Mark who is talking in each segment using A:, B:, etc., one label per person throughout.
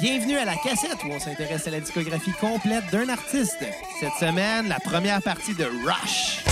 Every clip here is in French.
A: Bienvenue à la cassette où on s'intéresse à la discographie complète d'un artiste. Cette semaine, la première partie de Rush.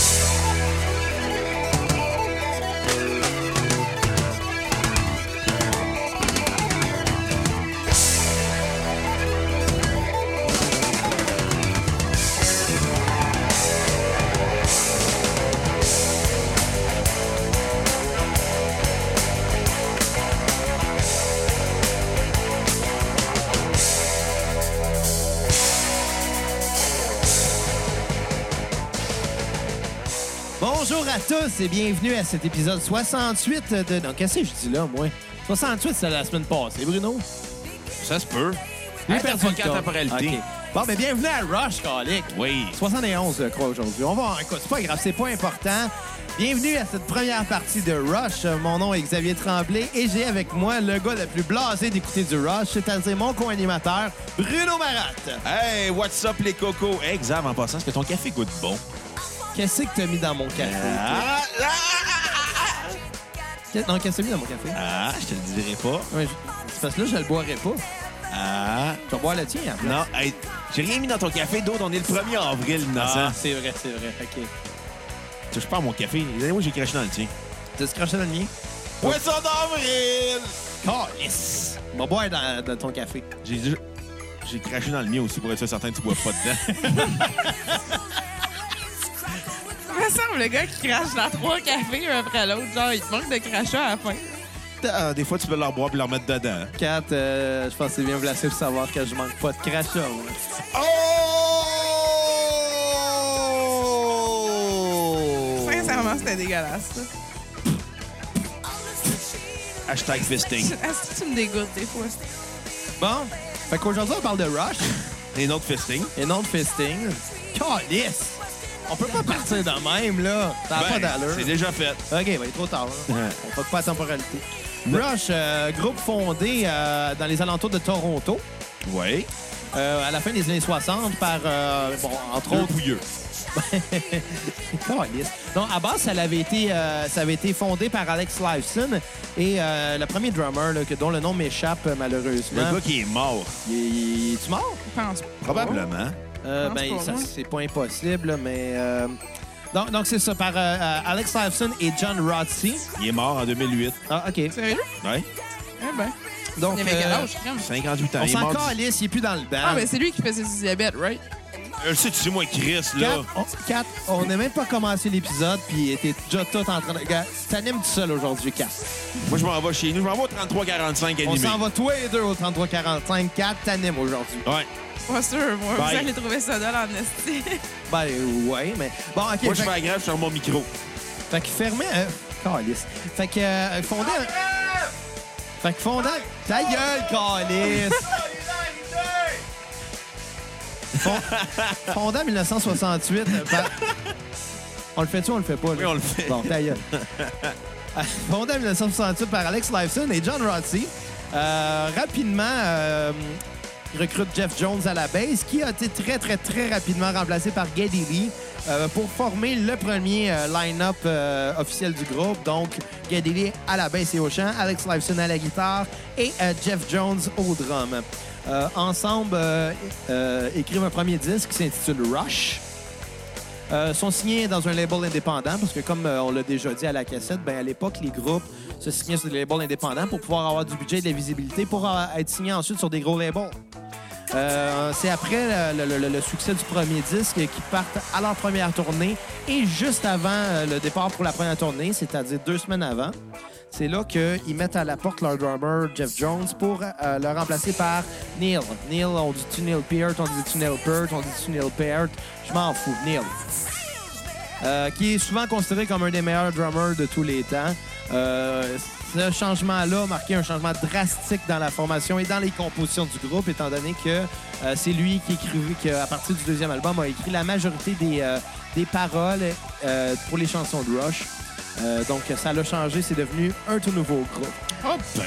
A: Bonjour à tous et bienvenue à cet épisode 68 de... Non, qu'est-ce que je dis là, moi? 68, c'est la semaine passée, Bruno.
B: Ça se peut.
A: J'ai
B: Hey,
A: perdu
B: t'as
A: le
B: pas
A: compte.
B: quatre après le thé.
A: OK. Bon, mais bienvenue à Rush, Calic.
B: Oui.
A: 71, je crois, aujourd'hui. On va... Écoute, c'est pas grave, c'est pas important. Bienvenue à cette première partie de Rush. Euh, Mon nom est Xavier Tremblay et j'ai avec moi le gars le plus blasé d'écouter du Rush, c'est-à-dire mon co-animateur, Bruno Marat.
B: Hey, what's up les cocos? Hey, Xav, en passant, est-ce que ton café goûte bon?
A: Qu'est-ce que t'as mis dans mon café? toi?
B: Ah, ah, ah,
A: Qu'est- Non, qu'est-ce que t'as mis dans mon café?
B: ah, je te le dirai pas.
A: Ouais, je- c'est parce que là, je le boirais pas.
B: Ah,
A: Je vais boire le tien, après.
B: non, hey, j'ai rien mis dans ton café d'autre. On est le 1er avril, non?
A: Ah, c'est vrai, c'est vrai. OK.
B: Je pars mon café. Moi, j'ai craché dans le tien.
A: T'as scratché dans le mien?
B: Poisson d'avril!
A: Calice! On va boire dans, dans ton café.
B: J'ai déjà- J'ai craché dans le mien aussi pour être sûr certain que tu bois pas dedans.
C: Ça me semble le gars qui crache dans trois cafés un après l'autre. Genre, il te manque de crachat à la fin.
B: Ah, Des fois, tu peux leur boire et leur mettre dedans.
A: Kat, euh, je pense que c'est bien placé pour savoir que je manque pas de crachat. ouais.
B: Oh!
C: Sincèrement, c'était dégueulasse. ça.
B: Hashtag fisting.
C: Est-ce que tu me dégoûtes des fois?
A: Bon, fait qu'aujourd'hui, on parle de Rush
B: Et notre fisting.
A: et non de Fisting. Calice! On peut pas partir de même, là. Ça a pas
B: Ben,
A: d'allure.
B: C'est déjà fait.
A: OK, ben, il est trop tard. hein.
B: Ouais.
A: On ne pas à temporalité. Rush, euh, groupe fondé euh, dans les alentours de Toronto
B: Oui.
A: euh, à la fin des années 60 par, euh, bon, entre
B: Trop
A: autres,
B: pouilleux.
A: Caliste. Donc, à base, ça avait été, euh, ça avait été fondé par Alex Lifeson et euh, le premier drummer, là, que, dont le nom m'échappe euh,
B: Le
A: malheureusement.
B: gars qui est mort.
A: Il, il- il est-tu mort?
C: Je pense pas.
B: Probablement.
A: Euh,
C: Non, c'est
A: ben,
C: pas
A: ça,
C: moi.
A: c'est pas impossible, là, mais. euh, Donc, donc, c'est ça, par euh, euh, Alex Lifeson et John Rodsey.
B: Il est mort en 2008.
A: Ah, OK.
C: Sérieux?
B: Ouais.
C: Eh ben.
A: Donc,
C: Il avait quel
A: euh,
C: âge, crème?
B: 58 ans.
A: on
B: il est
A: s'en
B: mort. du-
A: calisse, il est plus dans le band.
C: Ah, mais c'est lui qui faisait du diabète, right?
B: Euh, sais, tu sais, moi, Chris, là.
A: Quatre, on- quatre, on n'a même pas commencé l'épisode, puis t'es déjà tout en train de. Regarde, T'animes tout seul aujourd'hui, Kat.
B: Moi, je m'en vais chez nous. Je m'en vais au 33-45
A: On
B: animé.
A: s'en va tous les deux au 33-45. 4 t'animes aujourd'hui.
B: Ouais.
C: Pas sûr, moi.
B: Bye.
C: Vous allez trouver ça drôle en esti.
A: Ben, ouais, mais... Bon, OK.
B: Moi, je
A: fait,
B: fais la grève sur mon micro.
A: fait que fermé... Euh, calice. Fait que euh, fondé... Fait que fondé... Ta gueule, calice! Fon- Fondé en 1968. euh, par- On le fait-tu ou on le fait pas? là?
B: Oui, on le fait.
A: Bon, ta gueule. Euh, Fondé en 1968 par Alex Lifeson et John Rodsey. Euh, rapidement, euh, il recrute Jeff Jones à la base, qui a été très, très, très rapidement remplacé par Geddy Lee euh, pour former le premier euh, line-up euh, officiel du groupe. Donc, Geddy Lee à la basse et au chant, Alex Lifeson à la guitare et euh, Jeff Jones au drum. Euh, ensemble, euh, euh, écrivent un premier disque qui s'intitule Rush. Euh, sont signés dans un label indépendant parce que comme euh, on l'a déjà dit à la cassette, ben à l'époque les groupes se signaient sur des labels indépendants pour pouvoir avoir du budget et de la visibilité pour euh, être signés ensuite sur des gros labels. Euh, c'est après euh, le, le- le- le succès du premier disque qu'ils partent à leur première tournée et juste avant euh, le départ pour la première tournée, c'est-à-dire deux semaines avant, c'est là qu'ils mettent à la porte leur drummer Jeff Jones pour euh, le remplacer par Neil. Neil, on dit-tu Neil Peart, on dit-tu Neil Peart, on dit-tu Neil Peart, je m'en fous, Neil. Euh, qui est souvent considéré comme un des meilleurs drummers de tous les temps. Euh, ce changement-là a marqué un changement drastique dans la formation et dans les compositions du groupe, étant donné que euh, c'est lui qui écrivait, qui, à partir du deuxième album, a écrit la majorité des, euh, des paroles euh, pour les chansons de Rush. Euh, donc, ça l'a changé, c'est devenu un tout nouveau groupe.
B: Oh, ben.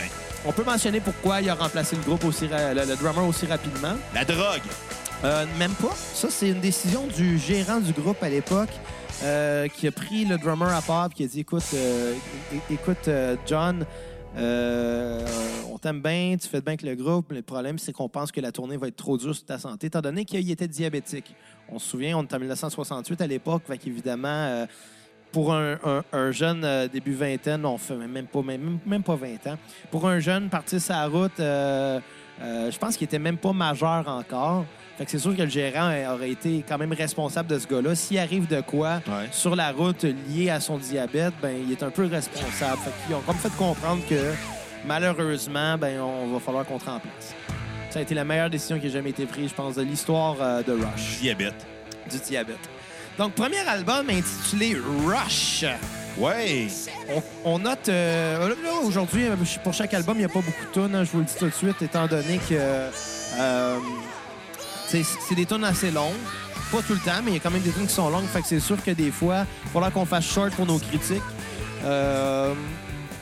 A: On peut mentionner pourquoi il a remplacé le groupe aussi, ra- le- le drummer aussi rapidement.
B: La drogue.
A: Euh, même pas. Ça, c'est une décision du gérant du groupe à l'époque euh, qui a pris le drummer à part et qui a dit Écoute, euh, é- écoute euh, John, Euh, on t'aime bien, tu fais de bien avec le groupe. Le problème, c'est qu'on pense que la tournée va être trop dure sur ta santé, étant donné qu'il était diabétique. On se souvient, on est en 1968 à l'époque, fait qu'évidemment, euh, pour un, un- un jeune euh, début vingtaine, on fait même pas, même, même pas 20 ans, pour un jeune partir sa route, euh, euh, je pense qu'il était même pas majeur encore. Fait que c'est sûr que le gérant euh, aurait été quand même responsable de ce gars-là. S'il arrive de quoi
B: Ouais.
A: sur la route lié à son diabète, ben, il est un peu responsable. Fait qu'ils ont comme fait comprendre que malheureusement, ben, on va falloir qu'on te remplace. Ça a été la meilleure décision qui a jamais été prise, je pense, de l'histoire euh, de Rush,
B: Diabète.
A: du diabète. Donc, premier album intitulé Rush.
B: Ouais.
A: On, on note. euh, là, aujourd'hui, euh, pour chaque album, il n'y a pas beaucoup de tunes, hein, je vous le dis tout de suite, étant donné que. euh, c'est c'est des tunes assez longues. Pas tout le temps, mais il y a quand même des tunes qui sont longues. Fait que c'est sûr que des fois, il faudra qu'on fasse short pour nos critiques. Euh,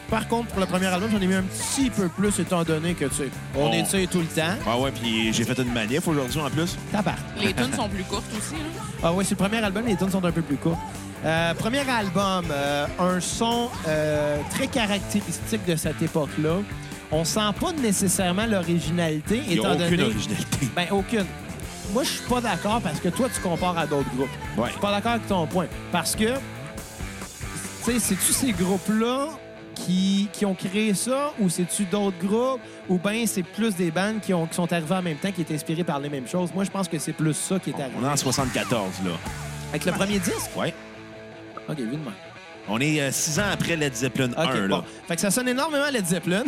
A: par contre, pour le premier album, j'en ai mis un petit peu plus, étant donné que, tu sais, on
B: Bon.
A: est dessus tout le temps.
B: Ah ouais, puis j'ai fait une manif aujourd'hui en plus.
A: Tabarnak.
C: Les tunes sont plus courtes aussi. là.
A: Ah oui, c'est le premier album, les tunes sont un peu plus courtes. Euh, premier album, euh, un son euh, très caractéristique de cette époque-là. On sent pas nécessairement l'originalité,
B: Il n'y
A: étant
B: a aucune
A: donné...
B: originalité.
A: Ben, aucune. Moi, je suis pas d'accord parce que toi, tu compares à d'autres groupes.
B: Ouais.
A: Je suis pas d'accord avec ton point. Parce que, tu sais, c'est-tu ces groupes-là qui, qui ont créé ça ou c'est-tu d'autres groupes ou bien c'est plus des bandes qui, ont, qui sont arrivées en même temps, qui étaient inspirées par les mêmes choses? Moi, je pense que c'est plus ça qui est arrivé.
B: On est en 74, là.
A: Avec le premier disque?
B: Ouais.
A: OK, vu de même.
B: On est euh, six ans après Led Zeppelin 1,
A: OK, bon.
B: là.
A: Fait que ça sonne énormément Led Zeppelin.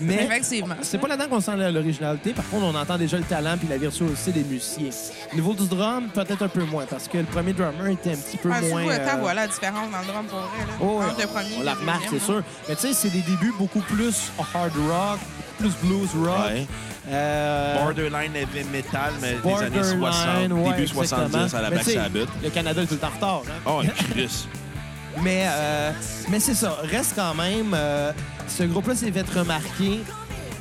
A: Mais
C: Effectivement.
A: c'est pas là-dedans qu'on sent la- l'originalité. Par contre, on entend déjà le talent puis la vertu aussi des musiciens. Au niveau du drum, peut-être un peu moins, parce que le premier drummer était un petit peu
C: Ah, tu
A: moins...
C: vois, attends,
A: euh,
C: voilà la différence dans le drum pour vrai. Là.
A: Oh,
C: Entre le
A: on-
C: premier
A: on
C: et
A: la
C: le
A: remarque, c'est
C: deuxième, hein. là.
A: sûr. Mais tu sais, c'est des débuts beaucoup plus hard rock, plus blues rock.
B: Ouais.
A: Euh,
B: Borderline heavy metal, mais des
A: borderline,
B: années 60,
A: ouais,
B: début
A: exactement.
B: 70 à la
A: Mais
B: Black
A: tu sais,
B: Sabbath.
A: Le Canada est tout le temps en retard. hein.
B: Oh, Chris.
A: Mais, euh, mais c'est ça. Reste quand même. euh, ce groupe-là s'est fait remarquer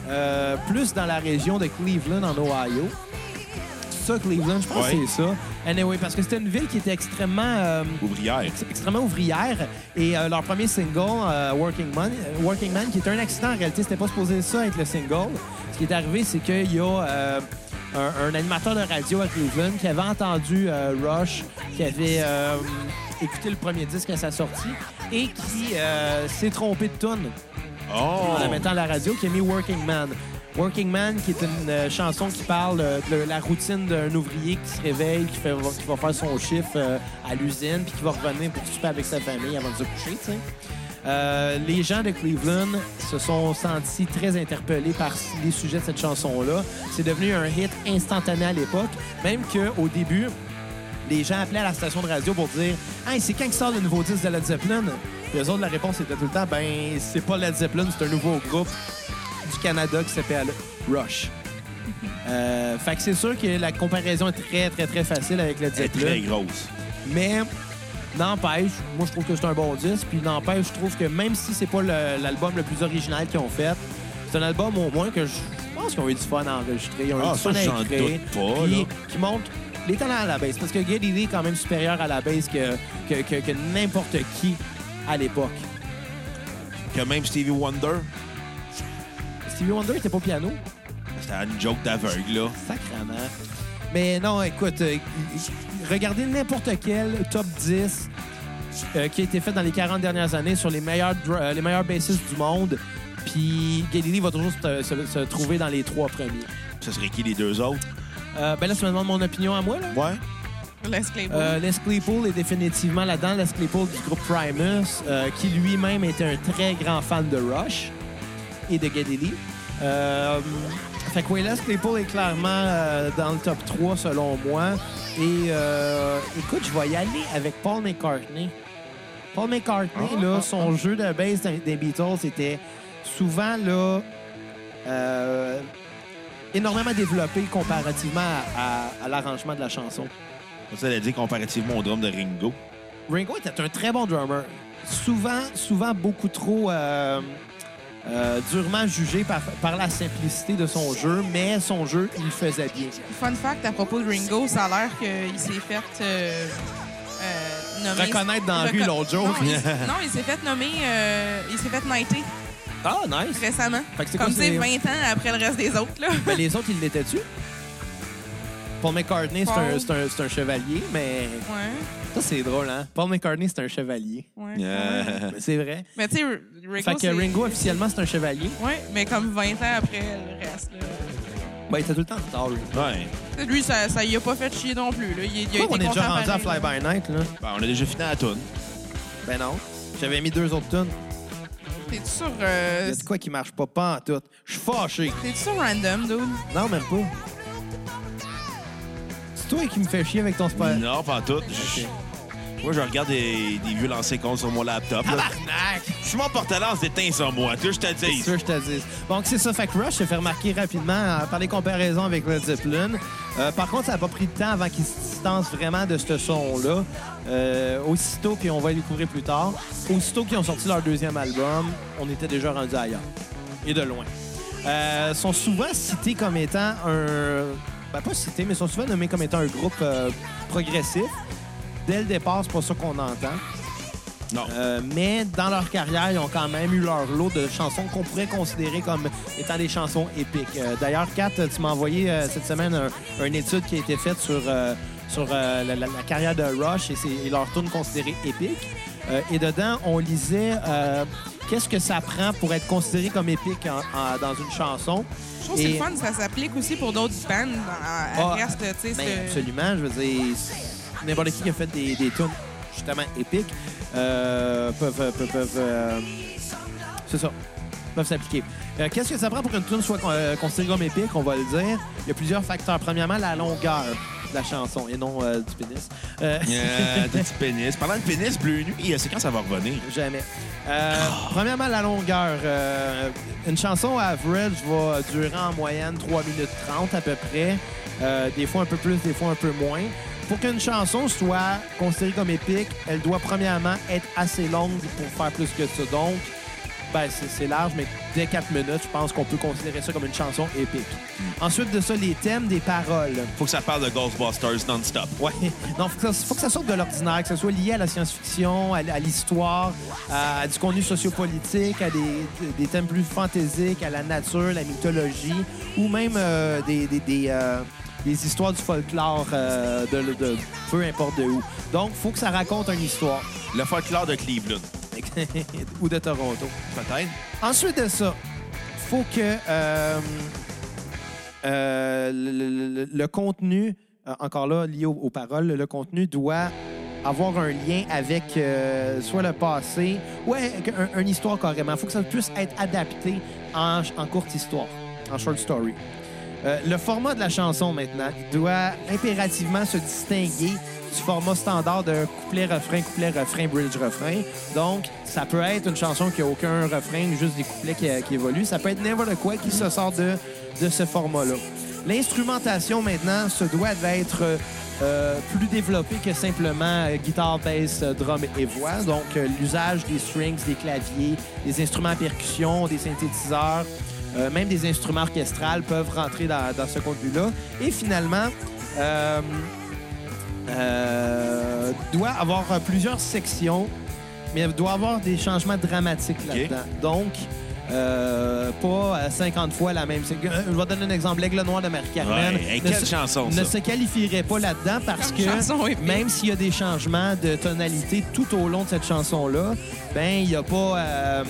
A: euh, plus dans la région de Cleveland, en Ohio. C'est ça, Cleveland, je pense
B: Ouais.
A: que c'est ça. Anyway, parce que c'était une ville qui était extrêmement. euh,
B: Ouvrière.
A: ex- extrêmement ouvrière et euh, leur premier single euh, Working Man euh, Working Man qui était un accident en réalité c'était pas supposé ça être le single ce qui est arrivé c'est qu'il y a euh, un, un animateur de radio à Cleveland qui avait entendu euh, Rush qui avait euh, écouté le premier disque à sa sortie et qui euh, s'est trompé de tune
B: Oh!
A: en la mettant à la radio, qui a mis Working Man. Working Man, qui est une euh, chanson qui parle euh, de la routine d'un ouvrier qui se réveille, qui, fait- qui va faire son chiffre euh, à l'usine, puis qui va revenir pour souper avec sa famille avant de se coucher. tu sais. Euh, les gens de Cleveland se sont sentis très interpellés par les sujets de cette chanson-là. C'est devenu un hit instantané à l'époque, même qu'au début, les gens appelaient à la station de radio pour dire Hey, c'est quand qui sort le nouveau disque de Led Zeppelin Puis eux autres, la réponse était tout le temps Ben, c'est pas Led Zeppelin, c'est un nouveau groupe du Canada qui s'appelle Rush. Euh, fait que c'est sûr que la comparaison est très, très, très facile avec Led
B: Elle est très
A: Zeppelin.
B: grosse.
A: Mais n'empêche, moi je trouve que c'est un bon disque. Puis n'empêche, je trouve que même si c'est pas le- l'album le, plus original qu'ils ont fait, c'est un album au moins que je pense qu'ils ont eu du fun à enregistrer. Ils ont
B: Ah,
A: eu du
B: ça,
A: fun à
B: j'en
A: écrire.
B: doute
A: puis
B: pas, Oh, là.
A: qui montre les talents à la base. Parce que Geddy Lee est quand même supérieur à la base que, que, que- que n'importe qui à l'époque.
B: Que même Stevie Wonder,
A: Stevie Wonder était pas piano.
B: c'était une joke d'aveugle, là.
A: Sacrement. Mais non, écoute, euh, regardez n'importe quel top 10 euh, qui a été fait dans les 40 dernières années sur les meilleurs, dr- euh, les meilleurs bassistes du monde. Puis Galilée va toujours se, se- se trouver dans les trois premiers.
B: Ce serait qui les deux autres?
A: Euh, ben là, tu me demandes mon opinion à moi. Là.
B: Ouais.
C: Les Claypool.
A: Euh, Les Claypool est définitivement là-dedans. Les Claypool du groupe Primus, euh, qui lui-même était un très grand fan de Rush et de Geddy Euh, fait que oui, Les Claypool est clairement euh, dans le top 3 selon moi. Et euh, écoute, je vais y aller avec Paul McCartney. Paul McCartney, là, son jeu de base des des Beatles était souvent là, euh, énormément développé comparativement à- à- à l'arrangement de la chanson.
B: Ça, elle a dit comparativement au drum de Ringo.
A: Ringo était un très bon drummer. Souvent, souvent beaucoup trop euh, euh, durement jugé par, par la simplicité de son jeu, mais son jeu, il le faisait bien.
C: Fun fact à propos de Ringo, ça a l'air qu'il s'est fait euh, euh, nommer.
A: Reconnaître dans la rue
C: Reco-
A: l'autre jour.
C: Non, il, s- non, il s'est fait nommer. euh, il s'est fait nighter
A: Ah, nice.
C: récemment.
A: Fait que c'est
C: Comme
A: quoi,
C: c'est
A: c'est- euh?
C: 20 ans après le reste des autres, là.
A: Mais les autres, ils l'étaient-tu? Paul McCartney, c'est un-
C: Paul.
A: c'est un, c'est un chevalier, mais
C: Ouais,
A: ça, c'est drôle, hein? Paul McCartney, c'est un chevalier.
C: ouais. ouais.
B: Euh,
A: Mais C'est vrai.
C: Mais tu sais, R-
A: Fait
C: Ringo,
A: que
C: c'est...
A: Ringo, officiellement, c'est un chevalier.
C: Ouais, mais comme 20 ans après le reste, là.
A: Ben, il était tout le temps tard, lui.
B: ouais.
C: Tu sais, Lui, ça, ça y a pas fait chier non plus, là. Il, il a été
A: Pourquoi on est déjà
C: content
A: rendu à
C: pareil,
A: Fly
C: là.
A: By Night, là?
B: Ben, on a déjà fini à la toune.
A: Ben non. J'avais mis deux autres tunes.
C: T'es-tu sur...
A: Il y
C: euh,
A: a de quoi qui marche pas, pas en tout. Je suis fâché.
C: T'es-tu sur Random, dude?
A: Non, même pas. C'est toi qui me fais chier avec ton super.
B: Non, pas en tout. Je- Moi, je regarde des, des vieux lancers contre sur mon laptop. là. Je suis mon porte-lance d'éteint sur moi. Tu veux que je te
A: C'est
B: dis.
A: sûr, je te dis. Donc, c'est ça. Fait que Rush s'est fait remarquer rapidement euh, par les comparaisons avec Led Zeppelin. Euh, par contre, ça n'a pas pris de temps avant qu'il se distance vraiment de ce son-là. Euh, aussitôt, puis on va le découvrir plus tard, aussitôt qu'ils ont sorti leur deuxième album, on était déjà rendu ailleurs. Et de loin. Euh, sont souvent cités comme étant un... Ben, pas cités, mais sont souvent nommés comme étant un groupe euh, progressif. Dès le départ, c'est pas ça qu'on entend.
B: Non.
A: Euh, mais dans leur carrière, ils ont quand même eu leur lot de chansons qu'on pourrait considérer comme étant des chansons épiques. Euh, D'ailleurs, Kat, tu m'as envoyé euh, cette semaine un- une étude qui a été faite sur, euh, sur euh, la, la- la carrière de Rush et, ses- et leurs tunes considérées épiques. Euh, et dedans, on lisait euh, qu'est-ce que ça prend pour être considéré comme épique en- en- dans une chanson.
C: Je trouve que c'est
A: Et-
C: le fun, ça s'applique aussi pour d'autres bands à, à
A: Ah,
C: reste, tu sais.
A: Ben,
C: ce-
A: absolument, je veux dire, c'est- n'importe qui qui a fait des, des tunes justement épiques euh, peuvent, peuvent- peuvent, euh, c'est ça, peuvent s'appliquer. Euh, Qu'est-ce que ça prend pour qu'une tune soit con- euh, considérée comme épique, on va le dire? Il y a plusieurs facteurs. Premièrement, la longueur de la chanson et non euh, du pénis. Euh,
B: Euh, T'as dit pénis. Parlant de pénis, bleu nuit, c'est quand ça va revenir?
A: Jamais. Euh, Premièrement, la longueur. Euh, une chanson average va durer en moyenne 3 minutes 30 à peu près. Euh, des fois un peu plus, des fois un peu moins. Pour qu'une chanson soit considérée comme épique, elle doit premièrement être assez longue pour faire plus que ça. Donc, ben, c'est c'est large, mais dès 4 minutes, je pense qu'on peut considérer ça comme une chanson épique. Ensuite de ça, les thèmes des paroles.
B: Faut que ça parle de Ghostbusters non-stop.
A: Ouais. Non, faut que, ça, faut que ça sorte de l'ordinaire, que ça soit lié à la science-fiction, à, l- à l'histoire, à, à du contenu sociopolitique, à des, des thèmes plus fantaisiques, à la nature, la mythologie, ou même euh, des, des, des, euh, des histoires du folklore, euh, de, de- peu importe de où. Donc, faut que ça raconte une histoire,
B: Le folklore de Cleveland.
A: ou de Toronto.
B: Peut-être.
A: Ensuite de ça, faut que euh, euh, le, le- le- le contenu, euh, encore là, lié au- aux, paroles, le contenu doit avoir un lien avec euh, soit le passé ou avec un- une histoire carrément. Il faut que ça puisse être adapté en, en courte histoire, en short story. Euh, le format de la chanson maintenant il doit impérativement se distinguer du format standard de couplet-refrain, couplet-refrain, bridge-refrain. Donc, ça peut être une chanson qui n'a aucun refrain, juste des couplets qui, qui évoluent. Ça peut être n'importe quoi qui se sort de, de ce format-là. L'instrumentation maintenant se doit d'être euh, plus développée que simplement euh, guitare, bass, euh, drum et voix. Donc, euh, l'usage des strings, des claviers, des instruments à percussion, des synthétiseurs, euh, même des instruments orchestrales peuvent rentrer dans, dans ce contenu-là. Et finalement, euh, euh, doit avoir euh, plusieurs sections, mais il doit avoir des changements dramatiques là-dedans. Donc, euh, pas euh, 50 fois la même. section. Euh, Je vais donner un exemple. L'aigle noir de Marie-Carmen
B: Ouais. Hey,
A: ne, se-
B: quelle chanson,
A: ne
B: ça?
A: se qualifierait pas là-dedans parce
C: Comme
A: que
C: chanson épique.
A: même s'il y a des changements de tonalité tout au long de cette chanson-là, ben il n'y a pas. euh,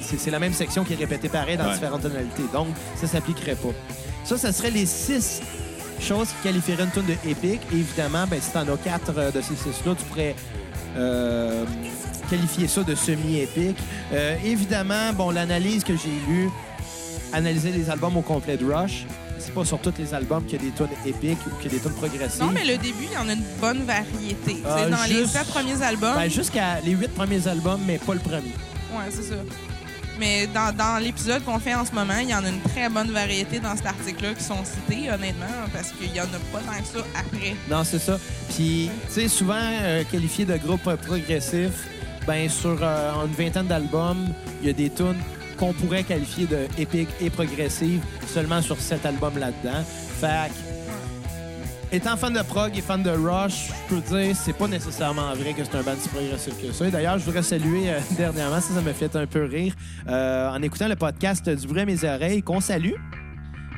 A: c'est c'est la même section qui est répétée pareil dans
B: Ouais.
A: différentes tonalités. Donc, ça s'appliquerait pas. Ça, ça serait les six choses qui qualifieraient une tune de épique. Et évidemment, ben, si t'en as quatre euh, de ces six-là, tu pourrais euh, qualifier ça de semi-épique. Euh, évidemment, bon, l'analyse que j'ai lue, analyser les albums au complet de Rush, c'est pas sur tous les albums qu'il y a des tunes épiques ou qu'il y a des tunes progressives.
C: Non, mais le début, il y en a une bonne variété.
A: Euh,
C: C'est dans les
A: juste-
C: sept premiers albums,
A: Ben, jusqu'à les huit premiers albums, mais pas le premier.
C: ouais, c'est ça. Mais dans, dans l'épisode qu'on fait en ce moment, il y en a une très bonne variété dans cet article-là qui sont cités, honnêtement, parce qu'il n'y en a pas tant que ça après.
A: Non, c'est ça. Puis, tu sais, souvent euh, qualifié de groupe euh, progressif, ben sur euh, une vingtaine d'albums, il y a des tunes qu'on pourrait qualifier de épiques et progressives seulement sur cet album là-dedans. Fait que, étant fan de prog et fan de Rush, je peux dire c'est pas nécessairement vrai que c'est un band si progressif que ça. Et d'ailleurs, je voudrais saluer euh, dernièrement, ça, ça m'a fait un peu rire, euh, en écoutant le podcast du bruit à mes oreilles, qu'on salue.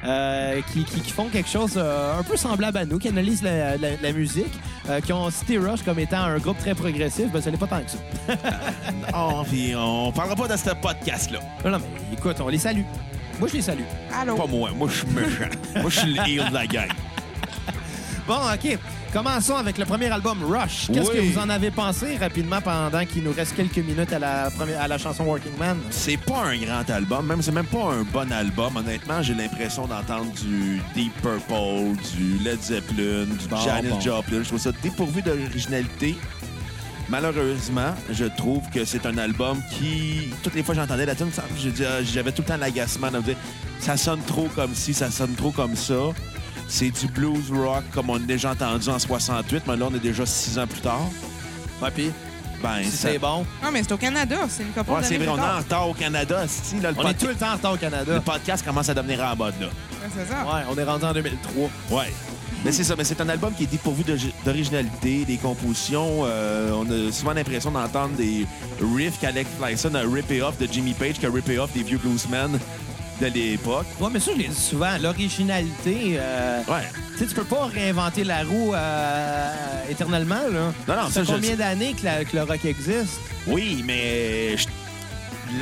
A: euh, qui, qui- qui font quelque chose euh, un peu semblable à nous, qui analysent la, la- la musique, euh, qui ont cité Rush comme étant un groupe très progressif, ben, ce n'est pas tant que ça.
B: On, Oh, puis on parlera pas de ce podcast-là.
A: Non, non, mais écoute, on les salue. Moi, je les salue.
C: Allô?
B: Pas moi. Moi, je suis méchant. moi, je suis le heel de la gang.
A: Bon, OK. Commençons avec le premier album, Rush. Qu'est-ce
B: Oui.
A: que vous en avez pensé rapidement pendant qu'il nous reste quelques minutes à la, première, à la chanson Working Man?
B: C'est pas un grand album, même c'est même pas un bon album. Honnêtement, j'ai l'impression d'entendre du Deep Purple, du Led Zeppelin, du
A: Bon,
B: Janis
A: bon.
B: Joplin. Je trouve ça dépourvu d'originalité. Malheureusement, je trouve que c'est un album qui, toutes les fois que j'entendais la tune, ça- je dis, ah, j'avais tout le temps l'agacement de me dire, ça sonne trop comme ci, ça sonne trop comme ça. C'est du blues rock comme on a déjà entendu en 68, mais là on est déjà six ans plus tard.
A: Ouais, puis,
B: Ben,
A: si
B: ça-
A: c'est bon.
C: Non, mais c'est au Canada. C'est une couple
B: Ouais, c'est
C: d'années
B: vrai, on
C: plus
B: est en
C: tard.
B: retard au Canada, c'ti, là, le
A: On est
B: podcast-
A: tout le temps en retard au Canada.
B: le podcast commence à devenir en mode, là.
C: Ouais, C'est ça.
A: Ouais, on est rendu en 2003.
B: Ouais. Mais c'est ça, mais c'est un album qui est dépourvu d'ori- d'originalité, des compositions. euh, on a souvent l'impression d'entendre des riffs qu'Alex Flyson a rippé off de Jimmy Page, qui a rippé off des vieux bluesmen de l'époque.
A: Ouais, mais ça, je l'ai dit souvent. L'originalité, euh,
B: Ouais.
A: tu sais, tu peux pas réinventer la roue euh, éternellement, là.
B: Non, non, ça,
A: ça fait
B: je le
A: combien
B: sais.
A: d'années que, la- que le rock existe?
B: Oui, mais je-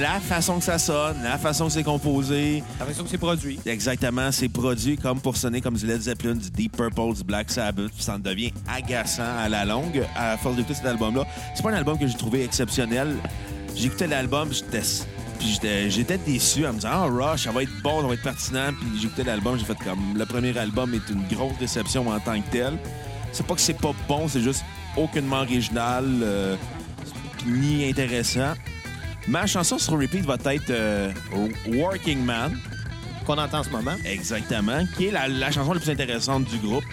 B: la façon que ça sonne, la façon que c'est composé,
A: La façon que c'est produit.
B: exactement, c'est produit comme pour sonner comme du Led Zeppelin, du Deep Purple, du Black Sabbath, puis ça en devient agaçant à la longue à force d'écouter cet album-là. C'est pas un album que j'ai trouvé exceptionnel. J'écoutais l'album, j'étais puis j'étais- j'étais déçu en me disant Ah, Rush, ça va être bon, ça va être pertinent. Puis j'écoutais l'album, j'ai fait comme le premier album est une grosse déception en tant que tel. C'est pas que c'est pas bon, c'est juste aucunement original euh, ni intéressant. Ma chanson sur repeat va être euh, Working Man.
A: Qu'on entend en ce moment.
B: Exactement, qui est la, la chanson la plus intéressante du groupe.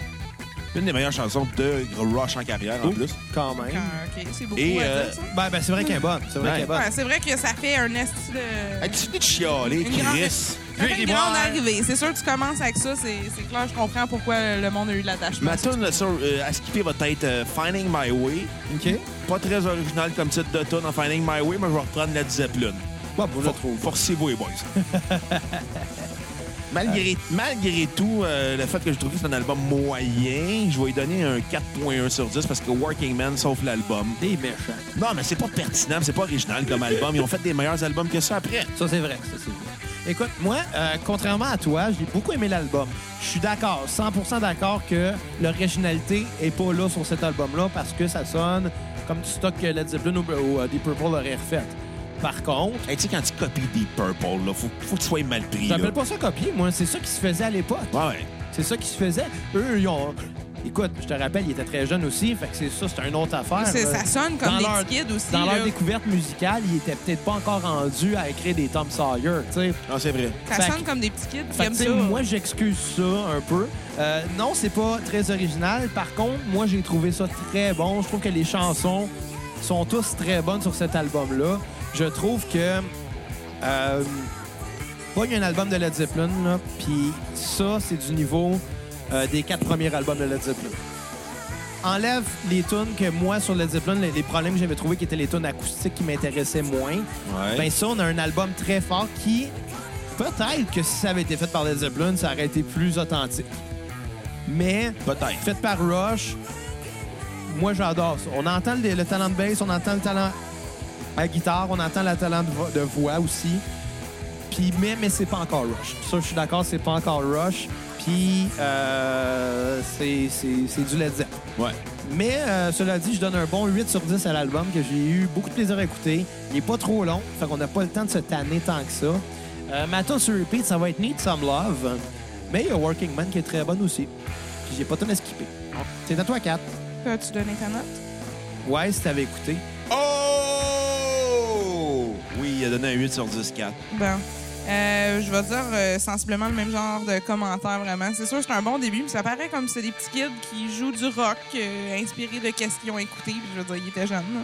B: Une des meilleures chansons de Rush en carrière, en
A: Ouh,
B: plus.
A: Quand même.
C: Ah, OK, c'est beaucoup
B: Et,
C: à
B: euh,
C: dire, ça.
A: Ben, ben, c'est vrai qu'elle est bonne. C'est vrai
B: Ouais.
A: qu'elle est bonne.
C: Ouais, c'est vrai que ça fait un esti de...
B: Hey, tu finis de chialer,
C: Une grande-
B: Chris.
C: Ça fait une
A: Grimoire.
C: grande arrivée. C'est sûr que tu commences avec ça, c'est c'est clair, je comprends pourquoi le monde a eu de l'attachement.
B: Ma tune sur- euh, à skipper va être euh, Finding My Way.
A: OK.
B: Pas très original comme titre de tune en Finding My Way, mais je vais reprendre Led Zeppelin.
A: Bon, bon, je
B: For-
A: trouve.
B: Forcez-vous, les boys. malgré, malgré tout, euh, le fait que je trouve que c'est un album moyen, je vais lui donner un 4.1 sur 10 parce que Working Man sauf l'album.
A: Des méchants.
B: Non, mais c'est pas pertinent, c'est pas original comme album. Ils ont fait des meilleurs albums que ça après.
A: Ça, c'est vrai. Ça, c'est vrai. Écoute, moi, euh, contrairement à toi, j'ai beaucoup aimé l'album. Je suis d'accord, 100 d'accord que l'originalité est pas là sur cet album-là parce que ça sonne comme du stock que Led Zeppelin ou, ou, euh, Deep Purple auraient refait. Par contre,
B: Hey, tu sais, quand tu copies Deep Purple, là, faut, faut que tu sois mal pris. là.
A: j'appelle pas ça copier, moi. C'est ça qui se faisait à l'époque.
B: Ouais, ouais.
A: C'est ça qui se faisait. Eux, ils ont... Écoute, je te rappelle, ils étaient très jeunes aussi, fait que c'est ça, c'est une autre affaire.
C: C'est-
A: là.
C: ça sonne comme
A: Dans
C: des
A: leur-
C: petits kids aussi.
A: Dans
C: là.
A: leur découverte musicale, ils étaient peut-être pas encore rendus à écrire des Tom Sawyer, tu sais.
B: Non, c'est vrai.
C: Ça
A: Fait
C: sonne
A: que-
C: comme des petits kids qui
A: Fait que,
C: aiment
A: tu sais,
C: ça.
A: moi, j'excuse ça un peu. Euh, non, c'est pas très original. Par contre, moi, j'ai trouvé ça très bon. Je trouve que les chansons sont tous très bonnes sur cet album-là. Je trouve que... Euh, pas un album de Led Zeppelin, là, puis ça, c'est du niveau euh, des quatre premiers albums de Led Zeppelin. Enlève les tunes que moi, sur Led Zeppelin, les, les problèmes que j'avais trouvés qui étaient les tunes acoustiques qui m'intéressaient moins.
B: Ouais.
A: Ben ça, on a un album très fort qui, peut-être que si ça avait été fait par Led Zeppelin, ça aurait été plus authentique. Mais
B: Peut-être.
A: fait par Rush, moi j'adore ça. On entend le, le talent de bass, on entend le talent à guitare, on entend le talent de, vo- de voix aussi. Puis mais, mais c'est pas encore Rush. Ça, je suis d'accord, c'est pas encore Rush. Puis euh, c'est c'est- c'est du Led Zeppelin.
B: Ouais.
A: Mais euh, cela dit, je donne un bon 8 sur 10 à l'album que j'ai eu beaucoup de plaisir à écouter. Il est pas trop long, fait qu'on n'a pas le temps de se tanner tant que ça. Euh, ma tune sur repeat, ça va être Need Some Love. Mais il y a Working Man qui est très bonne aussi. Puis j'ai pas tout à skipper. C'est à toi, 4.
C: T'as-tu donné ta note?
A: Ouais, si t'avais écouté.
B: Oh! Oui, il a donné un 8 sur 10, 4.
C: Bon. Ben, Euh, je vais dire euh, sensiblement le même genre de commentaire, vraiment. C'est sûr, c'est un bon début, mais ça paraît comme c'est des petits kids qui jouent du rock euh, inspiré de qu'est-ce qu'ils ont écouté. Puis je veux dire, ils étaient jeunes. là.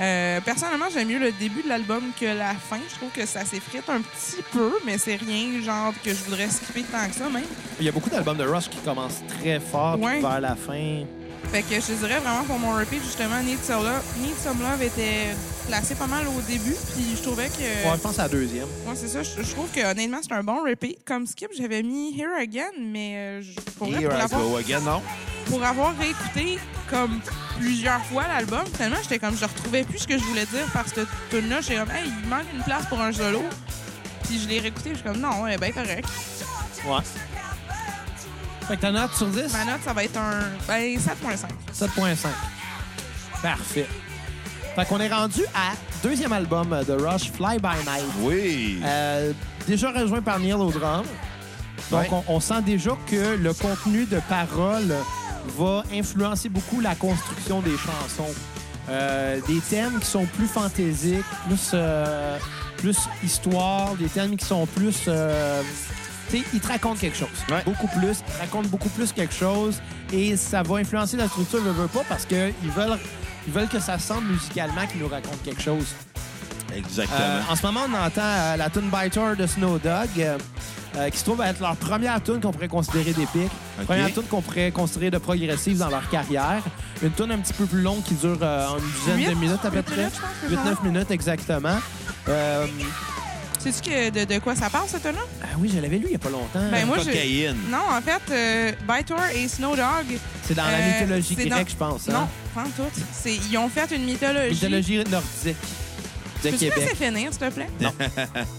C: Euh, personnellement, j'aime mieux le début de l'album que la fin. Je trouve que ça s'effrite un petit peu, mais c'est rien genre que je voudrais skipper tant que ça même.
A: Il y a beaucoup d'albums de Rush qui commencent très fort puis
C: Ouais.
A: vers la fin.
C: Fait que je te dirais vraiment pour mon repeat, justement, Need Some Love, Need Some Love était placé pas mal au début, puis je trouvais que...
A: Ouais, je pense à la deuxième.
C: Ouais, c'est ça. Je, je trouve que honnêtement, c'est un bon repeat. Comme skip, j'avais mis Here Again, mais euh, je, pour, vrai,
B: Here
C: pour
B: I
C: l'avoir-
B: go again, non?
C: pour avoir réécouté comme plusieurs fois l'album, finalement, j'étais comme je retrouvais plus ce que je voulais dire parce que tune là, j'étais comme hey, il manque une place pour un solo. Puis je l'ai réécouté, je suis comme non, ben elle est bien correcte.
A: Ouais. Fait que ta note sur 10?
C: Ma note, ça va être un ben 7.5.
A: 7.5. Parfait. Fait qu'on est rendu à deuxième album de Rush, Fly By Night.
B: Oui.
A: Euh, déjà rejoint par Neil au drum. Donc,
B: Ouais.
A: on, on sent déjà que le contenu de paroles va influencer beaucoup la construction des chansons. Euh, des thèmes qui sont plus fantaisiques, plus, euh, plus histoire, des thèmes qui sont plus... euh, tu sais, ils te racontent quelque chose.
B: Ouais.
A: Beaucoup plus. Ils te racontent beaucoup plus quelque chose. Et ça va influencer la structure, je veux pas, parce qu'ils veulent, ils veulent que ça semble musicalement qu'ils nous racontent quelque chose.
B: Exactement.
A: Euh, en ce moment, on entend euh, la tune Biter de Snow Dogg, euh, euh, qui se trouve être leur première tune qu'on pourrait considérer d'épique.
B: Ok.
A: Première tune qu'on pourrait considérer de progressive dans leur carrière. Une tune un petit peu plus longue qui dure euh, une dizaine
C: Huit-
A: de minutes à peu
C: huit
A: près.
C: minutes, je pense que
A: 8-9
C: c'est
A: minutes exactement. Euh,
C: Sais-tu que de, de quoi ça parle, cette tune-là?
A: ah oui, je l'avais lu il n'y a pas longtemps.
C: Ben, moi, j'ai-
B: Cocaïne.
C: Non, en fait, euh, Bytor et Snow Dog.
A: C'est dans la
C: euh,
A: mythologie
C: c'est
A: grecque,
C: dans-
A: je pense.
C: Non,
A: Hein?
C: pas en tout. C'est- Ils ont fait une mythologie.
A: Mythologie nordique de
C: Peux-tu me laisser
A: Québec.
C: finir, s'il te plaît?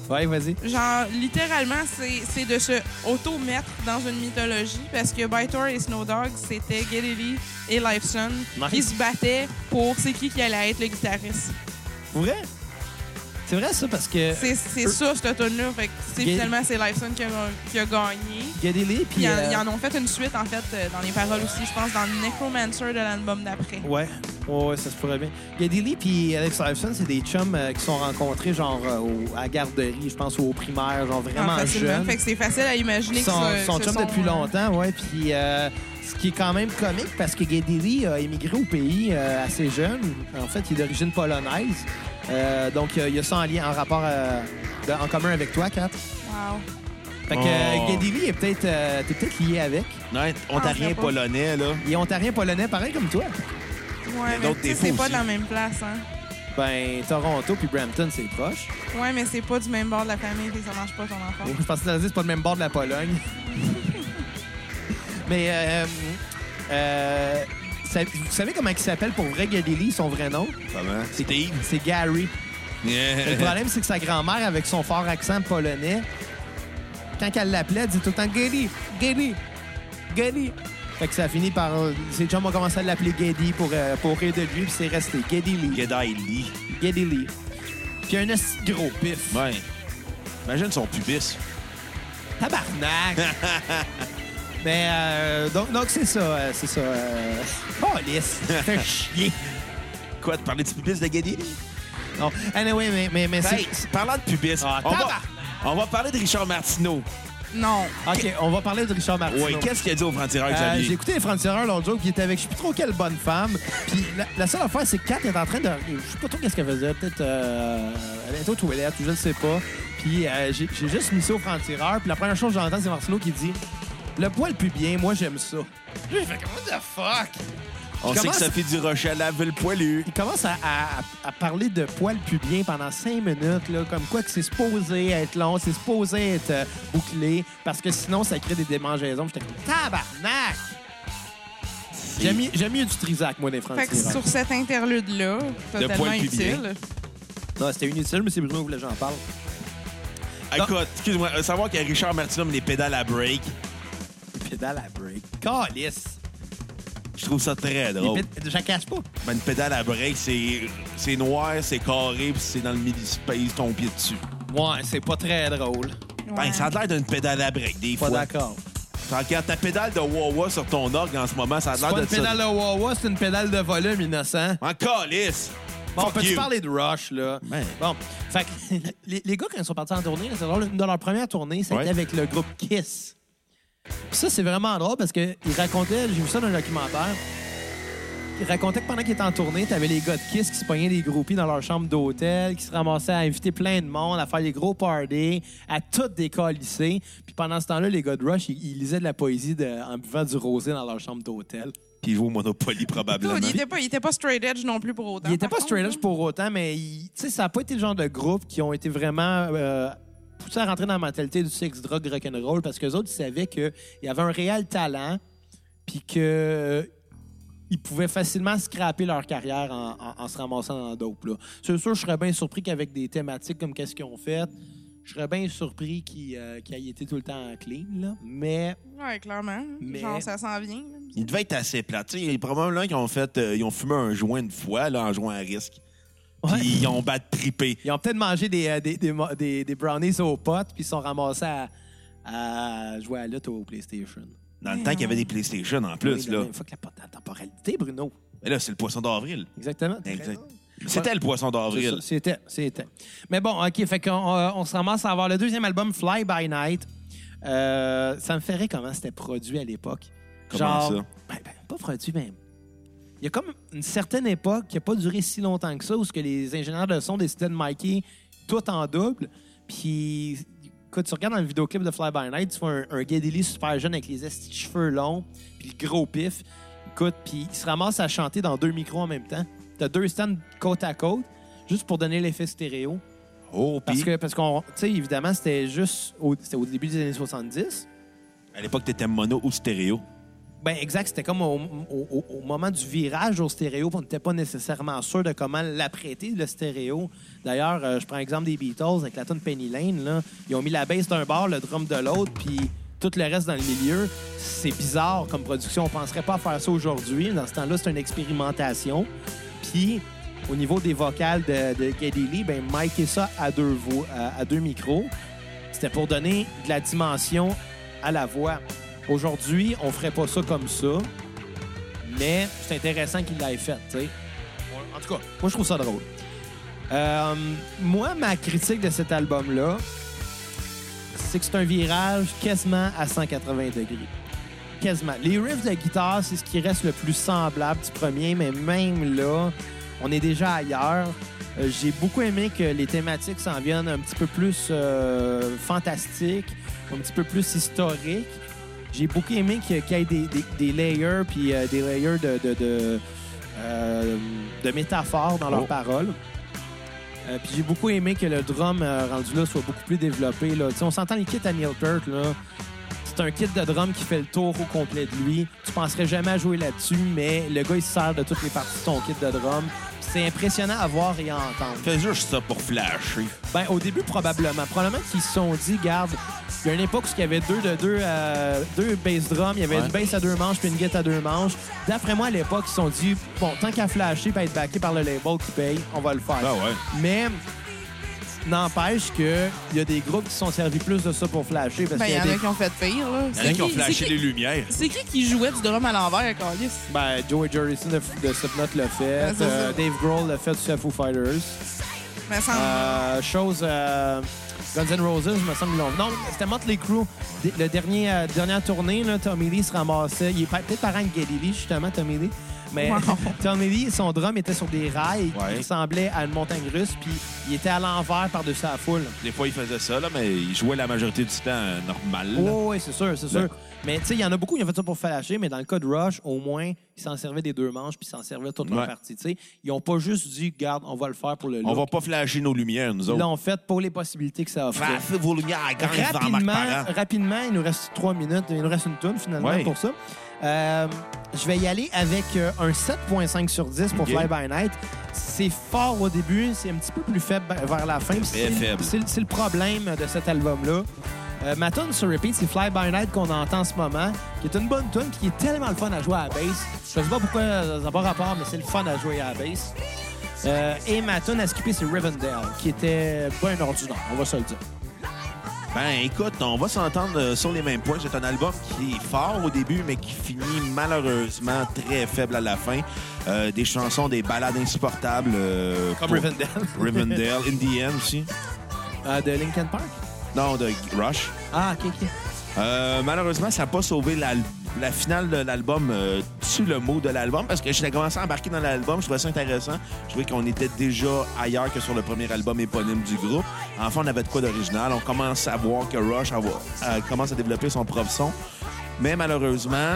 A: Oui, vas-y.
C: Genre, littéralement, c'est c'est de se auto-mettre dans une mythologie parce que Bytor et Snow Dogg, c'était Galilee et Lifeson
A: Nice.
C: qui se battaient pour c'est qui qui allait être le guitariste.
A: Pour vrai? C'est vrai, ça, parce que
C: C'est c'est ça, cette tune-là. Fait que c'est-
A: Gal-
C: finalement, c'est Lifeson qui a, qui a gagné.
A: Gadeli,
C: Puis
A: puis...
C: ils en,
A: euh,
C: ils en ont fait une suite, en fait, euh, dans les paroles aussi, je pense, dans le Necromancer de l'album d'après.
A: Ouais. Ouais, ouais, ça se pourrait bien. Gadili puis Alex Lifeson, c'est des chums euh, qui sont rencontrés genre euh, au- à la garderie, je pense, ou au primaire, genre Oh, vraiment
C: Ah, facilement.
A: jeunes.
C: Fait que c'est facile à imaginer
A: Ils sont,
C: que ce-
A: sont
C: ce
A: chums
C: sont,
A: depuis
C: euh,
A: longtemps, ouais. Puis euh, ce qui est quand même comique parce que Gadili a émigré au pays euh, assez jeune. En fait, il est d'origine polonaise. Euh, donc, euh, il y a ça en lien, en rapport, euh, de- en commun avec toi, Kat.
C: Wow.
A: Fait que
B: Oh.
A: euh, Gadili est peut-être, euh, t'es peut-être lié avec.
B: Ouais,
C: Ah,
B: ontarien
C: je sais pas.
B: polonais, là.
A: Il est ontarien polonais, pareil comme toi.
C: Ouais, mais
B: d'autres
C: tu sais,
B: défauts
C: c'est pas
B: aussi.
C: de la même place, hein.
A: Ben, Toronto puis Brampton, c'est proche.
C: Ouais, mais c'est pas du même bord de la famille, fait que ça marche pas ton enfant.
A: Je pensais que t'allais dire, c'est pas le même bord de la Pologne. Mais euh, euh, ça- vous savez comment il s'appelle pour vrai Galili, son vrai nom?
B: Comment? Steve.
A: C'est Gary. Le
B: Yeah.
A: problème, c'est que sa grand-mère, avec son fort accent polonais, quand elle l'appelait, elle disait tout le temps Gally, Gally, Gally. Fait que ça a fini par. euh, Ces gens ont commencé à l'appeler Geddy pour, euh, pour rire de lui, puis c'est resté Geddy Lee.
B: Gedai Lee.
A: Geddy Lee. Puis un esti de gros pif.
B: Ouais. Imagine son pubis.
A: Tabarnak! Mais euh, donc, donc c'est ça, euh, c'est ça. Euh... Calisse! Fais chier!
B: Quoi, de parler du pubis de Gedai Lee?
A: Non, anyway, mais, mais, mais
B: Hey,
A: c'est...
B: parlant de pubis,
A: Ah,
B: on, va,
A: tabarnak!
B: on va parler de Richard Martineau.
C: Non.
A: OK, on va parler de Richard Martineau.
B: Oui, qu'est-ce qu'il a dit au franc-tireur,
A: Euh, J'ai
B: Xavier?
A: écouté les francs-tireurs l'autre jour qui était avec je sais plus trop quelle bonne femme. Puis la, la seule affaire, c'est que Kat est en train de. Je sais pas trop qu'est-ce qu'elle faisait. Peut-être. euh, elle était aux toilettes ou je ne sais pas. Puis euh, j'ai j'ai juste mis ça au franc-tireur. Puis la première chose que j'entends, c'est Martineau qui dit Le poil pubien, moi j'aime ça. J'ai fait comme What the fuck?
B: on sait que
A: commence-
B: Sophie Durocher lave le poilu.
A: Il commence à, à- à parler de poils pubiens pendant cinq minutes, là, comme quoi que c'est supposé être long, c'est supposé être euh, bouclé, parce que sinon, ça crée des démangeaisons. J'étais comme tabarnak! J'ai mis, j'ai mis du trisac, moi, des
C: Fait que
A: Français.
C: sur cet interlude-là, totalement
B: poil
C: inutile.
A: Non, c'était inutile, mais c'est Bruno qui voulait que j'en parle.
B: Écoute, excuse-moi, euh, savoir que Richard Martineau met les pédales à break,
A: Pédale à break. Oh. Calice!
B: je trouve ça très
A: Les
B: drôle.
A: pét- Je la cache pas.
B: Ben, une pédale à break, c'est c'est noir, c'est carré, puis c'est dans le midi-space, ton pied dessus.
A: Ouais, c'est pas très drôle.
B: Ben, ça a l'air d'une pédale à break, des
A: Pas
B: fois.
A: d'accord.
B: Fait que Quand ta pédale de Wawa sur ton orgue en ce moment, ça a
A: C'est
B: l'air
A: pas
B: de
A: une
B: ça.
A: pédale de Wawa, c'est une pédale de volume, innocent.
B: En calice!
A: Bon,
B: Fuck
A: peux-tu
B: you.
A: parler de Rush, là?
B: Ben.
A: Bon, fait que les, les gars, quand ils sont partis en tournée, là, c'est drôle, une de leurs premières tournées, c'était
B: Ouais.
A: avec le groupe Kiss. Puis ça, c'est vraiment drôle parce qu'ils racontaient, j'ai vu ça dans un documentaire, il racontait que pendant qu'il était en tournée, t'avais les gars de Kiss qui se pognaient des groupies dans leur chambre d'hôtel, qui se ramassaient à inviter plein de monde, à faire des gros parties, à toutes des lycées. Puis pendant ce temps-là, les gars de Rush, ils, ils lisaient de la poésie de- en buvant du rosé dans leur chambre d'hôtel.
B: Puis il va au Monopoly,
C: Dude,
B: probablement.
C: il était pas, il était pas straight edge non plus pour autant.
A: Ils étaient pas
C: par
A: straight
C: contre,
A: edge pour autant, mais ils- tu sais, ça n'a pas été le genre de groupe qui ont été vraiment euh, poussés à rentrer dans la mentalité du sexe, drogue, rock'n'roll, parce que les autres, ils savaient qu'il y avait un réel talent, puis que euh, ils pouvaient facilement scraper leur carrière en, en- en se ramassant dans la dope. là. C'est sûr, je serais bien surpris qu'avec des thématiques comme qu'est-ce qu'ils ont fait, je serais bien surpris qu'ils euh, qu'ils aient été tout le temps clean, là. mais
C: là. Ouais, clairement.
A: Mais-
C: Genre, ça s'en vient. là.
B: Il devait être assez plat. Tu sais, il y a probablement qu'ils ont fait, euh, ils ont fumé un joint une fois, là, en jouant à risque. Puis
A: Ouais.
B: ils ont battu tripé.
A: Ils ont peut-être mangé des, euh, des, des, mo- des- des brownies aux potes, puis ils se sont ramassés à, à jouer à la lutte au PlayStation.
B: Dans le temps qu'il y avait des PlayStation en plus,
A: Oui,
B: là.
A: Une fois que la porte de la temporalité, Bruno.
B: Mais là, c'est le poisson d'avril.
A: Exactement.
B: Exact. C'était le poisson
A: C'est ça,
B: d'avril.
A: C'était, c'était. Mais bon, OK, fait qu'on euh, on se ramasse à avoir le deuxième album, Fly By Night. Euh, ça me ferait comment c'était produit à l'époque.
B: Comment ça?
A: Ben, ben, pas produit, même. Il y a comme une certaine époque qui n'a pas duré si longtemps que ça, où ce que les ingénieurs de son décidaient de micer tout en double. Puis, écoute, tu regardes dans le vidéoclip de Fly By Night, tu vois un, un Geddy super jeune avec les estis de cheveux longs, puis le gros pif. Écoute, puis il se ramasse à chanter dans deux micros en même temps. T'as deux stands côte à côte, juste pour donner l'effet stéréo.
B: Oh,
A: Parce
B: puis
A: que, parce qu'on, tu sais, évidemment, c'était juste au, c'était au début des années 70.
B: à l'époque, t'étais mono ou stéréo.
A: Ben exact, c'était comme au, au- au- au moment du virage au stéréo, puis on n'était pas nécessairement sûr de comment l'apprêter le stéréo. D'ailleurs, euh, je prends l'exemple des Beatles avec la tune Penny Lane. Là. Ils ont mis la basse d'un bord, le drum de l'autre, puis tout le reste dans le milieu. C'est bizarre comme production. On penserait pas faire ça aujourd'hui. Dans ce temps-là, c'est une expérimentation. Puis au niveau des vocales de, de Geddy Lee, ben micer ça à deux voix, à- à deux micros. C'était pour donner de la dimension à la voix. Aujourd'hui, on ferait pas ça comme ça, mais c'est intéressant qu'il l'ait fait, tu sais. En tout cas, moi, je trouve ça drôle. Euh, moi, ma critique de cet album-là, c'est que c'est un virage quasiment à 180 degrés. Quasiment. Les riffs de guitare, c'est ce qui reste le plus semblable du premier, mais même là, on est déjà ailleurs. Euh, J'ai beaucoup aimé que les thématiques s'en viennent un petit peu plus euh, fantastiques, un petit peu plus historiques. J'ai beaucoup aimé qu'il y ait- qu'il y ait des, des- des layers, puis euh, des layers de, de, de, euh, de métaphores dans leurs
B: Oh.
A: paroles. Euh, puis j'ai beaucoup aimé que le drum euh, rendu là soit beaucoup plus développé. Là. Tu sais, On s'entend les kits à Neil Peart, là. C'est un kit de drum qui fait le tour au complet de lui. Tu penserais jamais à jouer là-dessus, mais le gars, il se sert de toutes les parties de son kit de drum. C'est impressionnant à voir et à entendre.
B: Fais juste ça pour flasher.
A: Ben, au début, probablement. Probablement qu'ils se sont dit, garde, il y a une époque où il y avait deux de deux, euh, deux bass drums, il y avait
B: Ouais.
A: une bass à deux manches puis une guette à deux manches. D'après moi, à l'époque, ils se sont dit, bon, tant qu'à flasher et être backé par le label qui paye, on va le faire.
B: Ben ouais.
A: Mais n'empêche que il y a des groupes qui se sont servis plus de ça pour flasher parce
C: Ben,
A: qu'il y
C: il y
A: a
C: en
A: des-
C: a qui ont fait pire, là.
B: Il y en a qui ont
C: c'est
B: flashé
C: qui-
B: les lumières.
C: C'est qui qui jouait du drum à l'envers, Carlis?
A: Ben, Joey Jordison de, de Slipknot l'a fait.
C: Ouais, Ben, c'est
A: euh,
C: ça.
A: Dave Grohl l'a fait sur Foo Fighters.
C: Mais Ben, ça
A: Euh, chose... euh, Guns N' Roses, je me semble, ils l'ont... Non, c'était Motley Crue. D- Le dernier, euh, dernière tournée, là, Tommy Lee se ramassait... Il est pa- peut-être parent de Geddy Lee, justement, Tommy Lee. Mais
C: Wow.
A: Tommy Lee, son drum était sur des rails
B: Ouais.
A: qui ressemblaient à une montagne russe, puis il était à l'envers par-dessus la foule.
B: Des fois, ils faisaient ça, là, mais ils jouaient la majorité du temps euh, normal. là.
A: Oui, oui, c'est sûr, c'est sûr.
B: D'accord.
A: Mais tu sais, il y en a beaucoup qui ont fait ça pour flasher, mais dans le cas de Rush, au moins, ils s'en servaient des deux manches puis ils s'en servaient toute
B: Ouais.
A: leur partie. tu sais. Ils n'ont pas juste dit, garde, on va le faire pour le
B: On
A: look.
B: va pas flasher nos lumières, nous
A: Ils
B: autres.
A: l'ont fait pour les possibilités que ça offrait.
B: Flasher vos lumières à gang, devant Marc
A: Rapidement,
B: Parent.
A: rapidement, il nous reste trois minutes, il nous reste une tonne finalement
B: Ouais.
A: pour ça. Euh, je vais y aller avec euh, un 7.5 sur 10 pour
B: Ok.
A: Fly By Night. C'est fort au début, c'est un petit peu plus faible ben, vers la fin. puis C'est
B: faible.
A: c'est- c'est le problème de cet album-là. Euh, ma tune sur repeat, c'est Fly By Night qu'on entend en ce moment, qui est une bonne tune puis qui est tellement le fun à jouer à la bass. Je sais pas pourquoi euh, ça n'a pas rapport, mais c'est le fun à jouer à la bass. Euh, et ma tune à skipper, c'est Rivendell, qui était pas un ordinaire, on va se le dire.
B: Ben écoute, on va s'entendre euh, sur les mêmes points. C'est un album qui est fort au début, mais qui finit malheureusement très faible à la fin. Euh, des chansons, des balades insupportables. euh,
A: Comme
B: pour-
A: Rivendell.
B: Rivendell, In the End aussi.
A: Euh, de Linkin Park?
B: Non, de Rush.
A: Ah, ok, ok.
B: Euh, malheureusement, ça n'a pas sauvé l'al- la finale de l'album euh, tue le mot de l'album parce que j'étais commencé à embarquer dans l'album. Je trouvais ça intéressant. Je trouvais qu'on était déjà ailleurs que sur le premier album éponyme du groupe. Enfin, on avait de quoi d'original. On commence à voir que Rush a- euh, commence à développer son propre son. Mais malheureusement,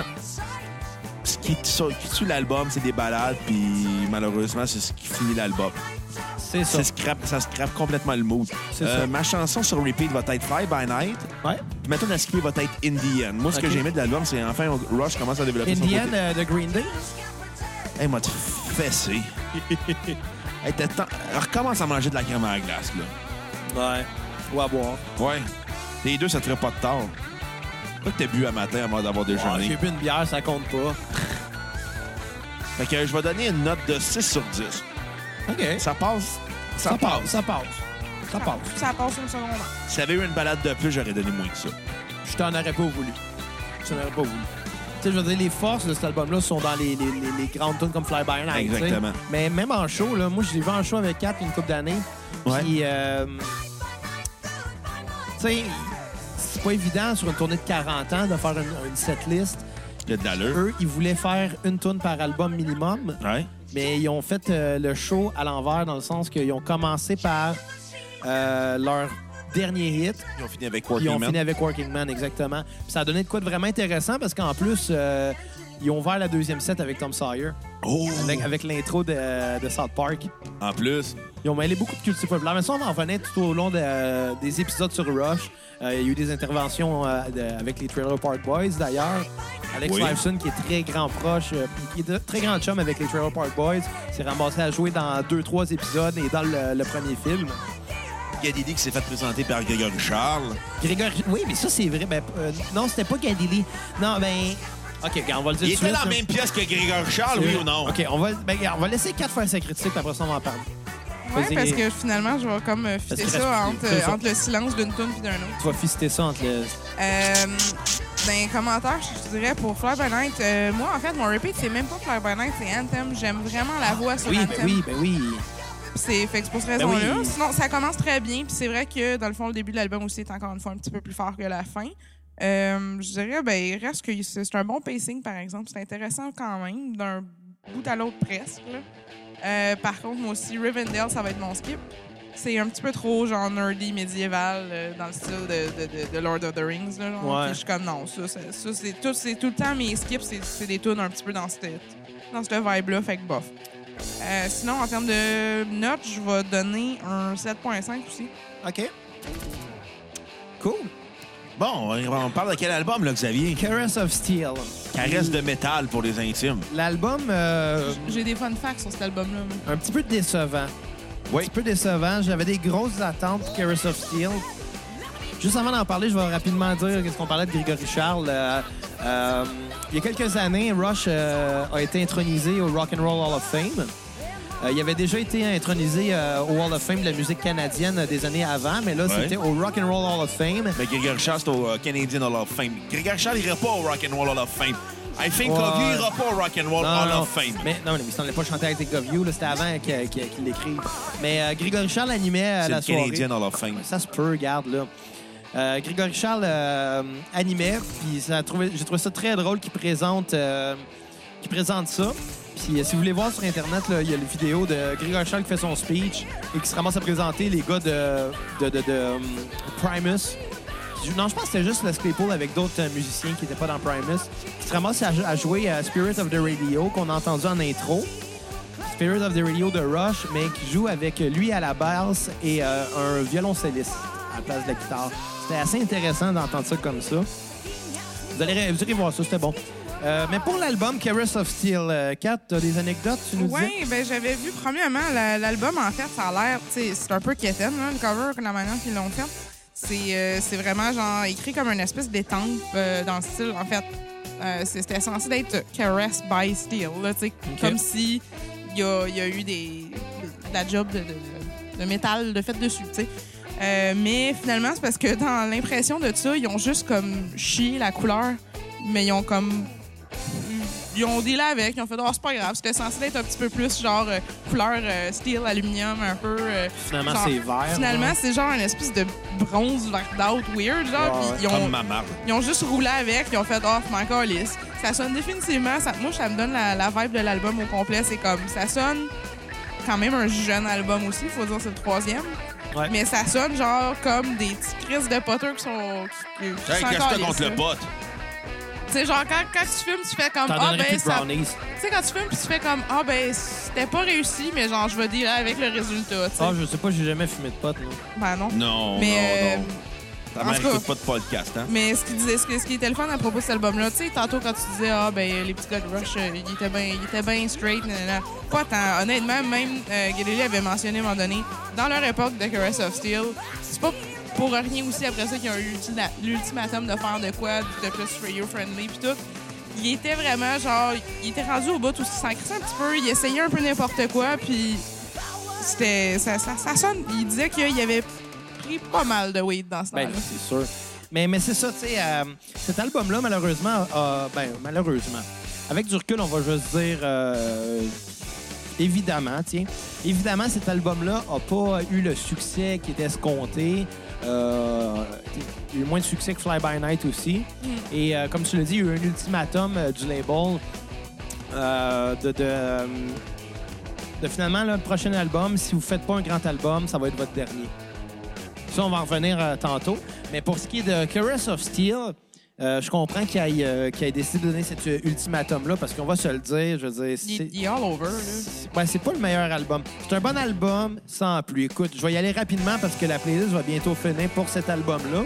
B: ce qui tue, qui tue l'album, c'est des balades. Puis malheureusement, c'est ce qui finit l'album.
A: C'est ça.
B: Ça scrape, ça scrape complètement le mood.
A: C'est
B: Euh,
A: ça.
B: ma chanson sur repeat va être Fly by Night.
A: Ouais.
B: Puis ma tune à skipper va être Indian. Moi, ce
A: Ok.
B: que j'ai aimé de l'album, c'est enfin on- Rush commence à développer
A: Indian
B: son côté.
A: euh, de Green Day.
B: Hey, m'a fessé. hey, t'as tant- Recommence à manger de la crème à la glace, là.
A: Ouais. Ou à boire.
B: Ouais. Les deux, ça te ferait pas de tort. Pourquoi que t'as bu à matin avant d'avoir
A: Ah,
B: déjeuné?
A: J'ai bu une bière, ça compte pas.
B: fait que euh, je vais donner une note de 6 sur 10.
A: OK.
B: Ça passe. Ça,
A: Ça
B: passe.
A: passe, ça passe. Ça passe.
C: Ça passe une seconde.
B: Si t'avais eu une balade de plus, j'aurais donné moins que ça.
A: Je t'en aurais pas voulu. Je t'en aurais pas voulu. Tu sais, je veux dire, les forces de cet album-là sont dans les, les- les- les grandes tunes comme Fly By Night. tu sais.
B: Exactement.
A: Mais même en show, là, moi, je l'ai vu en show avec Kat une couple d'années.
B: Ouais.
A: Puis, euh, tu sais, c'est pas évident sur une tournée de 40 ans de faire une, une setlist.
B: Il y a de l'allure.
A: Eux, ils voulaient faire une tune par album minimum.
B: Ouais.
A: Mais ils ont fait euh, le show à l'envers dans le sens qu'ils ont commencé par euh, leur dernier hit.
B: Ils ont fini avec
A: Puis ils
B: Working
A: ont fini
B: Man.
A: avec Working Man, exactement. Puis ça a donné de quoi de vraiment intéressant parce qu'en plus, euh, ils ont ouvert la deuxième set avec Tom Sawyer,
B: Oh!
A: avec, avec l'intro de, de South Park.
B: En plus,
A: Ils ont mêlé beaucoup de culture populaire. Mais ça, on va en revenir tout au long de, euh, des épisodes sur Rush. Euh, il y a eu des interventions euh, de- avec les Trailer Park Boys, d'ailleurs. Alex
B: Oui.
A: Lifeson, qui est très grand proche, euh, qui est de- très grand chum avec les Trailer Park Boys, s'est ramassé à jouer dans deux, trois épisodes et dans le, le premier film.
B: il y a des idées qui s'est fait présenter par Grégory Charles.
A: Grégory... Oui, mais ça, c'est vrai. Ben, euh, non, c'était pas Gadili. Non, ben... OK, regarde, on va le dire
B: Il
A: tout de
B: était
A: suite, là.
B: dans la
A: Euh,
B: même pièce que Grégory Charles, oui ou non?
A: OK, on va, ben, regarde, on va laisser quatre faire sa critique, puis après ça, on va en parler.
C: Ouais,
A: Vas-y.
C: parce que finalement, je vais comme euh, fitter
A: qu'il
C: ça
A: reste
C: entre,
A: plus- c'est ça.
C: entre le silence d'une tune et d'un autre.
A: Tu vas fister ça entre le...
C: Euh, dans commentaire, je te dirais pour Fly by Night, euh, moi en fait, mon repeat, c'est même pas Fly by Night, c'est Anthem. J'aime vraiment la voix sur
A: Oui, ben
C: Anthem.
A: oui, ben oui.
C: C'est fait que c'est pour cette raison-là.
A: oui.
C: Sinon, ça commence très bien. Puis c'est vrai que dans le fond, le début de l'album aussi est encore une fois un petit peu plus fort que la fin. Euh, je dirais, ben, il reste que c'est c'est un bon pacing, par exemple. C'est intéressant quand même, d'un bout à l'autre presque. là. Euh, par contre, moi aussi, Rivendell, ça va être mon skip. C'est un petit peu trop genre nerdy médiéval euh, dans le style de, de- de- de Lord of the Rings. Là, genre.
A: Ouais.
C: Puis Je suis comme non, ça, ça, ça, c'est tout, c'est tout le temps mes skips, c'est- c'est des tunes un petit peu dans cette, dans cette vibe-là, fait que bof. Euh, sinon, en termes de notes, je vais donner un 7.5 aussi.
A: OK. Cool.
B: Bon, on parle de quel album, là, Xavier?
A: Caress of Steel.
B: Caresse de métal pour les intimes.
A: L'album, euh,
C: J'ai des fun facts sur cet album-là. moi.
A: un petit peu décevant. Un
B: Oui.
A: petit peu décevant. J'avais des grosses attentes pour Caress of Steel. Juste avant d'en parler, je vais rapidement dire qu'est-ce qu'on parlait de Grégory Charles. Euh, euh, il y a quelques années, Rush euh, a été intronisé au Rock and Roll Hall of Fame. Euh, il avait déjà été intronisé euh, au Hall of Fame de la musique canadienne euh, des années avant, mais là,
B: Ouais.
A: c'était au Rock and Roll Hall of Fame.
B: Mais Grégory Charles, c'est au euh, Canadian Hall of Fame. Grégory Charles ira pas au Rock'n'Roll Hall of Fame. I think
A: Ouais.
B: Covey ira pas au Rock'n'Roll
A: Non,
B: Hall
A: Ah, non,
B: of Fame.
A: Mais non, mais il s'en allait pas chanter avec les Goview, là, c'était avant que- que- qu'il l'écrive. Mais euh, Grégory Charles animait euh,
B: C'est
A: la
B: le
A: soirée.
B: Canadian Hall of Fame.
A: Ça se peut, regarde, là. Euh, Grégory Charles euh, animait, puis ça a trouvé- j'ai trouvé ça très drôle qu'il présente, euh, qu'il présente ça. Puis euh, si vous voulez voir sur Internet, là, il y a la vidéo de Grégory Charles qui fait son speech et qui se ramasse à présenter les gars de, de, de- de, euh, Primus. Je- Non, je pense que c'était juste le Claypool avec d'autres euh, musiciens qui n'étaient pas dans Primus, qui se ramasse à, à jouer à Spirit of the Radio qu'on a entendu en intro. Spirit of the Radio de Rush, mais qui joue avec lui à la basse et euh, un violoncelliste à la place de la guitare. C'était assez intéressant d'entendre ça comme ça. Vous allez, vous irez voir ça, c'était bon. Euh, mais pour l'album Caress of Steel, euh, Kat, t'as des anecdotes, tu nous disais?
C: Oui, ben j'avais vu premièrement la- l'album en fait, ça a l'air, tu sais, c'est un peu quétaine, hein, le cover, la manière qu'ils l'ont fait. C'est euh, c'est vraiment genre écrit comme une espèce d'étampe euh, dans le style, en fait. euh, C'était censé être Caress by Steel, là, tu sais, comme si il y a, il y a eu des, de la job de, de- de métal de fait dessus, tu sais. Euh, mais finalement, c'est parce que dans l'impression de ça, ils ont juste comme chié la couleur, mais ils ont comme ils ont dealé avec, ils ont fait oh, c'est pas grave, c'était censé être un petit peu plus genre euh, couleur euh, steel, aluminium, un peu. euh,
A: Finalement,
C: genre-
A: c'est vert.
C: Finalement,
A: ouais.
C: c'est genre une espèce de bronze vert out weird, genre.
A: Ouais,
C: puis ils,
B: Comme
C: ont,
B: ma marde.
C: ils ont juste roulé avec, ils ont fait oh, c'est encore lisse. Ça sonne définitivement. Ça, moi, ça me donne la, la vibe de l'album au complet. C'est comme. Ça sonne quand même un jeune album aussi. Faut dire que c'est le troisième.
A: Ouais.
C: Mais ça sonne genre comme des petits crises de Potter qui sont. qui- qui- qui
B: Hey,
C: sont
B: qu'est-ce que t'as
C: encore
B: contre
C: les-
B: le pote?
C: Tu sais, genre, quand, quand tu fumes, tu fais comme.
A: T'en
C: Ah,
A: donnerais
C: ben,
A: plus de
C: ça.
A: brownies.
C: Tu sais, quand tu fumes, puis tu fais comme. Ah, ben, c'était pas réussi, mais genre, je vais dire avec le résultat. tu sais.
A: Ah, je sais pas, j'ai jamais fumé de potes.
C: Ben, non.
B: Non, non, non.
C: Mais. euh,
B: Ta
C: en
B: mère
C: tout cas-
B: écoute pas de podcast, hein?
C: Mais ce qui, disait, ce, que- ce qui était le fun à propos de cet album-là, tu sais, tantôt quand tu disais, ah, ben, les petits gars de Rush, euh, ils étaient bien ben straight, nanana. Pas tant. Honnêtement, même euh, Guilherme avait mentionné à un moment donné, dans leur époque de Caress of Steel, c'est pas pour rien aussi après ça qu'ils ont eu l'ultima- l'ultimatum de faire de quoi, de plus radio-friendly, puis tout. Il était vraiment genre, il était rendu au bout aussi, il s'en crissait un petit peu, il essayait un peu n'importe quoi, puis c'était. Ça, ça, ça sonne. Il disait qu'il avait pris pas mal de weed dans ce
A: Ben,
C: temps-là.
A: c'est sûr. Mais, mais c'est ça, tu sais, euh, cet album-là, malheureusement, a- a- ben, malheureusement, avec du recul, on va juste dire, euh, évidemment, tiens, évidemment, cet album-là n'a pas eu le succès qui était escompté. Euh, il y a eu moins de succès que Fly By Night aussi.
C: Mm.
A: Et euh, comme tu l'as dit, il y a eu un ultimatum euh, du label euh, de, de, euh, de finalement, là, le prochain album, si vous faites pas un grand album, ça va être votre dernier. Ça, on va en revenir euh, tantôt. Mais pour ce qui est de Caress of Steel, euh, je comprends qu'il ait, euh, qu'il ait décidé de donner cet euh, ultimatum-là parce qu'on va se le dire, je veux dire,
C: Il,
A: c'est-
C: il est all over, là.
A: c'est- ouais, c'est pas le meilleur album. C'est un bon album sans plus. Écoute, je vais y aller rapidement parce que la playlist va bientôt finir pour cet album-là.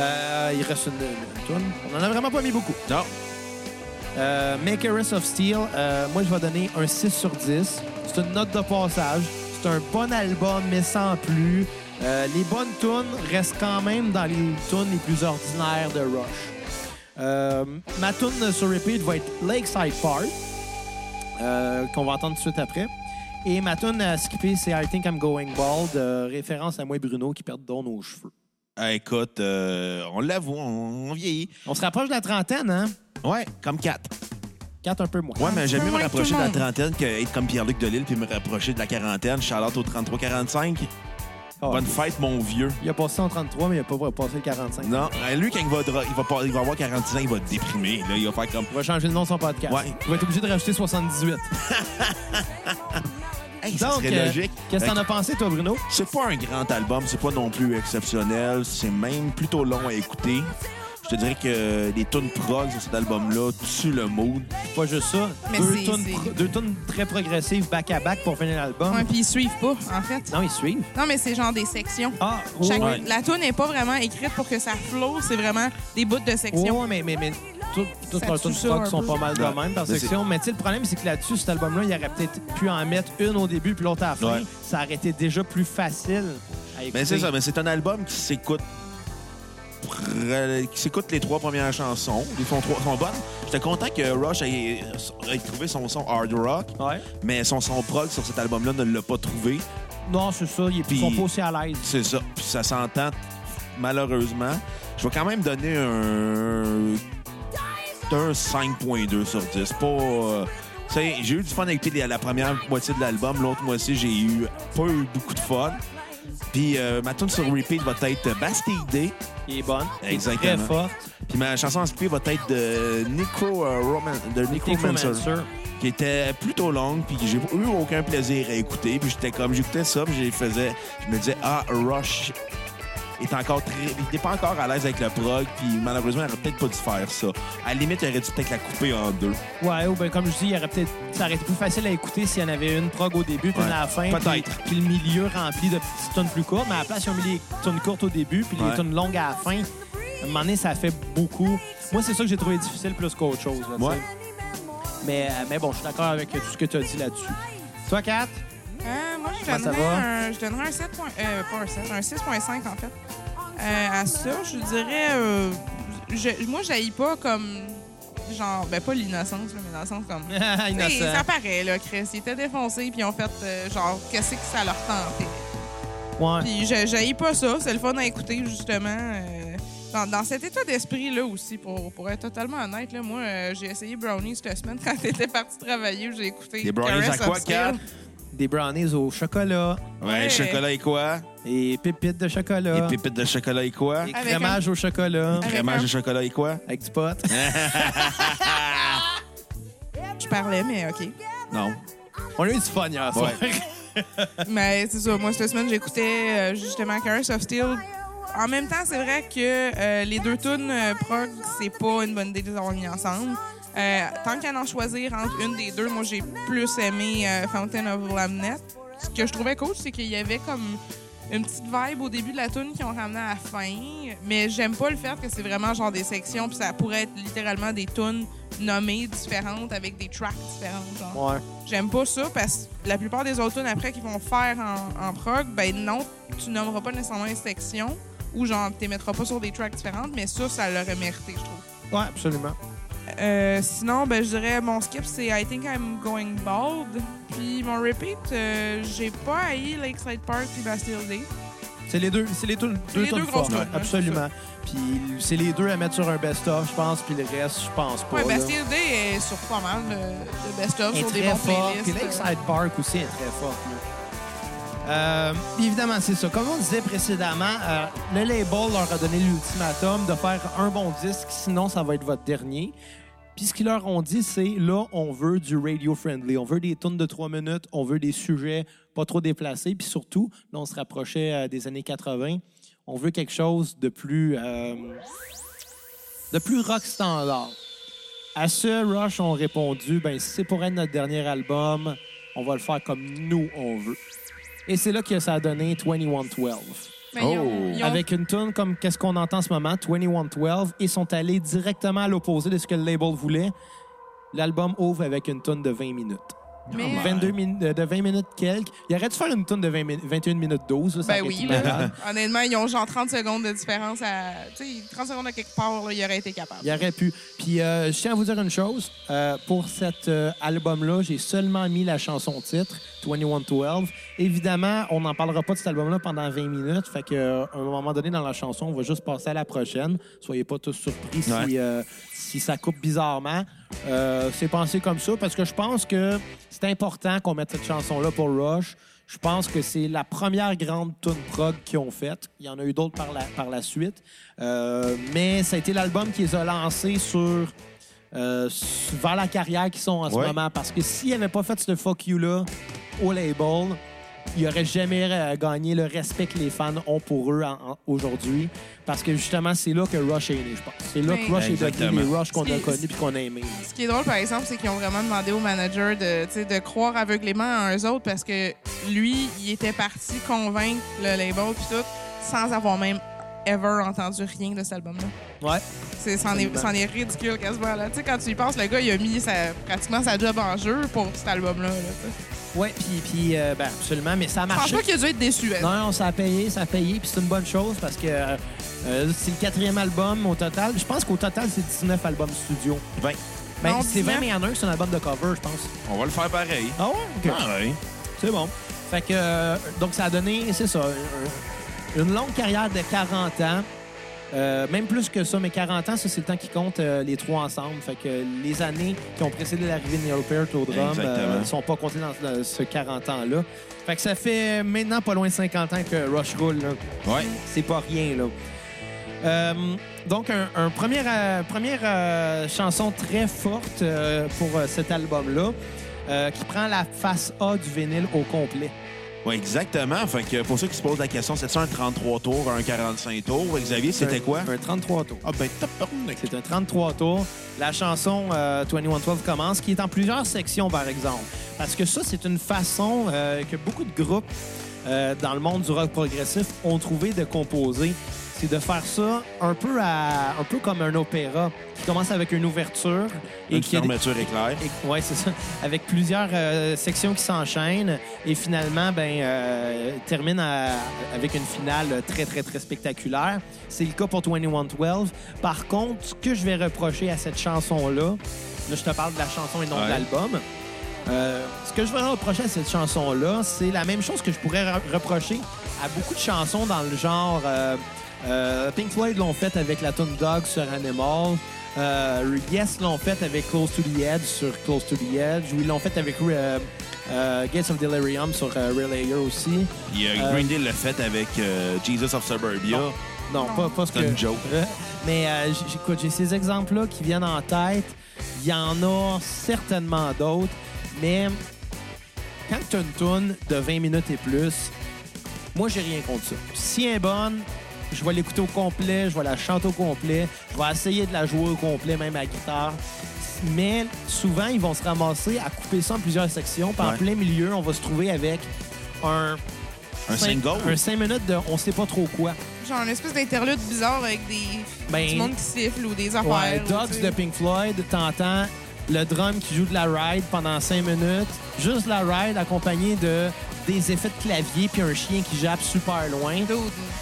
A: Euh, il reste une, une toune. On en a vraiment pas mis beaucoup.
B: Non.
A: Euh, Makeress of Steel, euh, moi, je vais donner un 6 sur 10. C'est une note de passage. C'est un bon album, mais sans plus. Euh, les bonnes tunes restent quand même dans les tunes les plus ordinaires de Rush. Euh, ma tune sur repeat va être Lakeside Park, euh, qu'on va entendre tout de suite après. Et ma tune à skipper, c'est I Think I'm Going Bald, euh, référence à moi et Bruno qui perdent don nos cheveux.
B: Ah, écoute, euh, on l'avoue, on, on vieillit.
A: On se rapproche de la trentaine, hein?
B: Ouais, comme 4.
A: Quatre un peu moins.
B: Ouais, mais j'aime mieux me
C: moins que
B: rapprocher
C: tout
B: de
C: le
B: la
C: monde.
B: trentaine que être comme Pierre-Luc Delisle puis me rapprocher de la quarantaine. Charlotte au 33-45.
A: Ah,
B: Bonne fête, mon vieux.
A: Il a passé en 33, mais il n'a pas passé le 45.
B: Non, euh, lui, quand il va, dra- il va, pas- il va avoir 46 ans, il va être déprimé. Là, il va faire comme.
A: Il va changer le nom de son podcast.
B: Ouais.
A: Il va être obligé de rajouter 78.
B: Hey, ça
A: Donc,
B: serait
A: euh,
B: logique.
A: qu'est-ce que t'en
B: Fait
A: as pensé, toi, Bruno?
B: que C'est pas un grand album, c'est pas non plus exceptionnel, c'est même plutôt long à écouter. Je te dirais que les tunes prog de cet album-là tuent le mood.
A: Pas juste ça.
C: Mais
A: deux,
C: c'est-
A: tunes,
C: c'est-
A: pro- deux tunes très progressives, back-à-back, pour finir l'album.
C: Ouais, puis ils suivent pas, en fait.
A: Non, ils suivent.
C: Non, mais c'est genre des sections.
A: Ah,
C: Chaque-
A: ouais.
C: La tune n'est pas vraiment écrite pour que ça flow, c'est vraiment des bouts de sections.
A: Ouais, hein, mais, mais, mais tout- toutes
C: Ça
A: leurs
C: tue
A: tunes
C: ça
A: rock
C: un
A: sont
C: peu.
A: pas mal de
B: Ouais.
A: même par
B: Mais c'est-
A: section. Mais tu sais, le problème, c'est que là-dessus, cet album-là, il aurait peut-être pu en mettre une au début puis l'autre à la fin.
B: Ouais.
A: Ça aurait été déjà plus facile à écouter.
B: Mais c'est ça, mais c'est un album qui s'écoute pr- qui s'écoute les trois premières chansons. Ils font trois sont bonnes. J'étais content que Rush ait, ait trouvé son son hard rock,
A: Ouais.
B: mais son son prog sur cet album-là ne l'a pas trouvé.
A: Non, c'est ça. Ils
B: Puis-
A: sont pas aussi à l'aise.
B: C'est ça. Puis ça s'entend malheureusement. Je vais quand même donner un un 5.2 sur 10. Pas euh, tu sais, j'ai eu du fun à écouter les- la première moitié de l'album, l'autre moitié j'ai eu pas eu beaucoup de fun. Puis euh, ma tune sur repeat va être Bastille Day.
A: Il est bonne. Il est
B: Exactement.
A: Très forte.
B: Puis ma chanson inspirée va être de Necro euh, Roman, de Necromancer,
A: Necromancer.
B: qui était plutôt longue, puis que j'ai eu aucun plaisir à écouter. Puis j'étais comme, j'écoutais ça, puis je faisais, je me disais, ah, Rush est encore très, il n'était pas encore à l'aise avec le prog, puis malheureusement, il aurait peut-être pas dû faire ça. À la limite, il aurait dû peut-être la couper en deux.
A: Ouais, ou ben, comme je dis, il y aurait peut-être, ça aurait été plus facile à écouter s'il y en avait une prog au début, puis
B: Ouais.
A: une à la fin.
B: Peut-être.
A: Puis, puis le milieu rempli de petites tonnes plus courtes. Mais à la place, ils ont mis les tonnes courtes au début, puis
B: Ouais.
A: les tonnes longues à la fin. À un moment donné, ça fait beaucoup. Moi, c'est ça que j'ai trouvé difficile plus qu'autre chose. là, tu
B: Ouais.
A: sais. mais, euh, mais bon, je suis d'accord avec tout ce que tu as dit là-dessus. Toi, Kat,
C: Euh, moi, je
A: Comment ça
C: donnerais,
A: va?
C: un, je donnerais un 7. point- euh, pas un 7, un 6.5 en fait. Euh, à ça, je dirais. euh, je- moi, je pas comme. Genre, ben pas l'innocence, là, mais dans le sens comme. T'sais,
A: innocent.
C: ça paraît, là, Chris. Ils étaient défoncés, puis ils ont fait, euh, genre, qu'est-ce que ça leur tentait.
A: Ouais.
C: Puis je j'haïs pas ça, c'est le fun à écouter justement. euh, dans, dans cet état d'esprit-là aussi, pour, pour être totalement honnête, là, moi, euh, j'ai essayé Brownies cette semaine quand t'étais parti travailler, j'ai écouté.
B: Des brownies
C: Caress
B: à quoi,
C: of Steel.
B: Kat?
A: Des brownies au chocolat.
B: Ouais,
C: Ouais.
B: chocolat et quoi?
A: Et pépites de chocolat.
B: Et pépites de chocolat et quoi?
A: Et
C: Avec
A: crémage au chocolat.
C: Avec
B: Crémage
C: un-
B: de chocolat et quoi?
A: Avec du pot.
C: Je parlais, mais OK.
B: Non.
A: On a eu du fun hier soir.
B: Ouais.
C: Mais c'est ça, moi, cette semaine, j'écoutais euh, justement Caress of Steel. En même temps, c'est vrai que euh, les deux tunes euh, prog, c'est pas une bonne idée de les avoir mis ensemble. Euh, tant qu'à en choisir entre une des deux, moi, j'ai plus aimé euh, Fountain of Lamnet. Ce que je trouvais cool, c'est qu'il y avait comme une petite vibe au début de la tune qui ont ramené à la fin. Mais j'aime pas le fait que c'est vraiment genre des sections, puis ça pourrait être littéralement des tunes nommées différentes avec des tracks différentes. genre.
A: Ouais.
C: J'aime pas ça parce que la plupart des autres tunes après qu'ils vont faire en, en prog, ben non, tu nommeras pas nécessairement une section ou genre tu mettras pas sur des tracks différentes, mais ça, ça l'aurait mérité, je trouve.
A: Ouais, absolument.
C: Euh, sinon, ben je dirais mon skip c'est I think I'm going bald. Puis mon repeat, euh, j'ai pas haï Lakeside Park puis Bastille Day.
A: C'est les deux, c'est les deux, deux
C: les
A: tonnes
C: deux grosses
A: fortes,
C: tonnes, hein,
A: absolument. Puis c'est les deux à mettre sur un best-of, je pense, puis le reste, je pense pas.
C: Ouais,
A: là.
C: Bastille Day est sur pas mal de, de best-of,
A: Elle est
C: sur des
A: très
C: bons
A: forte. Puis
C: playlists.
A: Lakeside Park aussi est très forte. là. Euh, évidemment, c'est ça. Comme on disait précédemment, euh, le label leur a donné l'ultimatum de faire un bon disque, sinon ça va être votre dernier. Puis ce qu'ils leur ont dit, c'est là, on veut du radio-friendly. On veut des tunes de trois minutes, on veut des sujets pas trop déplacés. Puis surtout, là, on se rapprochait euh, des années 80. On veut quelque chose de plus, euh, de plus rock standard. À ce, Rush ont répondu ben, si c'est pour être notre dernier album, on va le faire comme nous on veut. Et c'est là que ça a donné 2112.
C: Mais ils ont-
B: Oh.
C: ils ont-
A: Avec une tune comme Qu'est-ce qu'on entend en ce moment, 2112, ils sont allés directement à l'opposé de ce que le label voulait. L'album ouvre avec une tune de 20 minutes.
C: Oh
B: Ah,
C: mais-
A: 22 min- euh, de 20 minutes quelques. Il aurait dû faire une tune de 20 min- 21 minutes 12. là, ça
C: Ben
A: aurait été
C: oui, là.
A: malade.
C: Honnêtement, ils ont genre 30 secondes de différence à. Tu sais, 30 secondes à quelque part, là, ils auraient été capables.
A: Il aurait pu. Puis, euh, je tiens à vous dire une chose. Euh, pour cet euh, album-là, j'ai seulement mis la chanson titre, 2112. Évidemment, on n'en parlera pas de cet album-là pendant 20 minutes. Fait qu'à un moment donné, dans la chanson, on va juste passer à la prochaine. Soyez pas tous surpris si,
B: Ouais.
A: euh, si ça coupe bizarrement. Euh, c'est pensé comme ça parce que je pense que c'est important qu'on mette cette chanson-là pour Rush. Je pense que c'est la première grande tune prog qu'ils ont faite. Il y en a eu d'autres par la, par la suite. Euh, mais ça a été l'album qui les a lancés sur, euh, s- vers la carrière qu'ils sont en ce
B: Ouais.
A: moment. Parce que s'ils n'avaient pas fait ce fuck you-là au label, ils n'auraient jamais euh, gagné le respect que les fans ont pour eux en- en- aujourd'hui. Parce que justement, c'est là que Rush est né, je pense. C'est là que
C: Oui.
A: Rush est devenu
B: Exactement.
A: les Rush qu'on a
C: C'est-
A: connus et qu'on a aimés.
C: Ce qui est drôle, par exemple, c'est qu'ils ont vraiment demandé au manager de, tu sais, de croire aveuglément à eux autres parce que lui, il était parti convaincre le label puis tout, sans avoir même ever entendu rien de cet album-là.
A: Ouais.
C: C'est- C'en est,
A: Absolument.
C: c'en est ridicule quasiment. Là. Tu sais, Quand tu y penses, le gars, il a mis sa- pratiquement sa job en jeu pour cet album-là. là, tu sais.
A: Ouais, puis, puis euh, ben, absolument, mais ça a
C: Je pense
A: marché.
C: pas qu'il a dû être déçu. elle.
A: Non, non, ça a payé, ça a payé, puis c'est une bonne chose parce que euh, euh, c'est le quatrième album au total. Je pense qu'au total, c'est 19 albums studio.
B: 20.
A: Ben,
C: Non,
A: c'est 20,
C: 19.
A: mais il y en a un, c'est un album de cover, je pense.
B: On va le faire pareil.
A: Ah ouais? OK.
B: Ah ouais.
A: C'est bon. Fait que, euh, donc, ça a donné, c'est ça, un- une longue carrière de 40 ans. Euh, même plus que ça, mais 40 ans, ça, c'est le temps qui compte euh, les trois ensemble. Fait que euh, les années qui ont précédé l'arrivée de Neil Peart au drum
B: Exactement.
A: ne sont pas comptées dans, dans ce 40 ans-là. Fait que ça fait maintenant pas loin de 50 ans que Rush roule. là.
B: Ouais.
A: C'est pas rien, là. Euh, donc, un, un premier, euh, première euh, chanson très forte euh, pour euh, cet album-là, euh, qui prend la face A du vinyle au complet.
B: Ouais, exactement. Fait que pour ceux qui se posent la question, c'est ça un 33 tours, un 45 tours? Xavier, c'était
A: Un-
B: quoi?
A: Un 33 tours.
B: Ah ben top, top.
A: C'est un 33 tours. La chanson euh, 2112 commence, qui est en plusieurs sections, par exemple. Parce que ça, c'est une façon euh, que beaucoup de groupes euh, dans le monde du rock progressif ont trouvé de composer. C'est de faire ça un peu, à, un peu comme un opéra qui commence avec une ouverture et
B: Une
A: qui a des-
B: fermeture éclair.
A: et- ouais, c'est ça. Avec plusieurs euh, sections qui s'enchaînent et finalement, ben, euh, termine à- avec une finale très, très, très spectaculaire. C'est le cas pour 2112. Par contre, ce que je vais reprocher à cette chanson-là, là, je te parle de la chanson et non de
B: Ouais.
A: l'album. Euh, ce que je vais reprocher à cette chanson-là, c'est la même chose que je pourrais re- reprocher à beaucoup de chansons dans le genre. euh, euh, Pink Floyd l'ont fait avec la tune Dog sur Animal. Euh, yes l'ont fait avec Close to the Edge sur Close to the Edge. Ou ils l'ont fait avec euh, euh, Gates of Delirium sur euh, Real Air aussi.
B: Il y a
A: Euh,
B: Green Day l'a fait avec euh, Jesus of Suburbia.
A: Non. Euh, Non,
C: Non.
A: pas, pas ce que.
B: C'est une joke.
A: Mais euh, j- j- écoute, j'ai ces exemples-là qui viennent en tête. Il y en a certainement d'autres. Mais quand tu as une toune de 20 minutes et plus, moi, j'ai rien contre ça. Si elle est bonne, je vais l'écouter au complet, je vais la chanter au complet, je vais essayer de la jouer au complet, même à la guitare. Mais souvent, ils vont se ramasser à couper ça en plusieurs sections. Puis en
B: Ouais.
A: plein milieu, on va se trouver avec un
B: Un
A: cinq-
B: single.
A: un 5 minutes de on sait pas trop quoi.
C: Genre une espèce d'interlude bizarre avec des.
A: Ben,
C: du monde qui siffle ou des affaires.
A: Ouais,
C: ou, tu
A: Dogs
C: sais.
A: de Pink Floyd, t'entends le drum qui joue de la ride pendant 5 minutes, juste la ride accompagnée de des effets de clavier puis un chien qui jappe super loin.
C: Dude,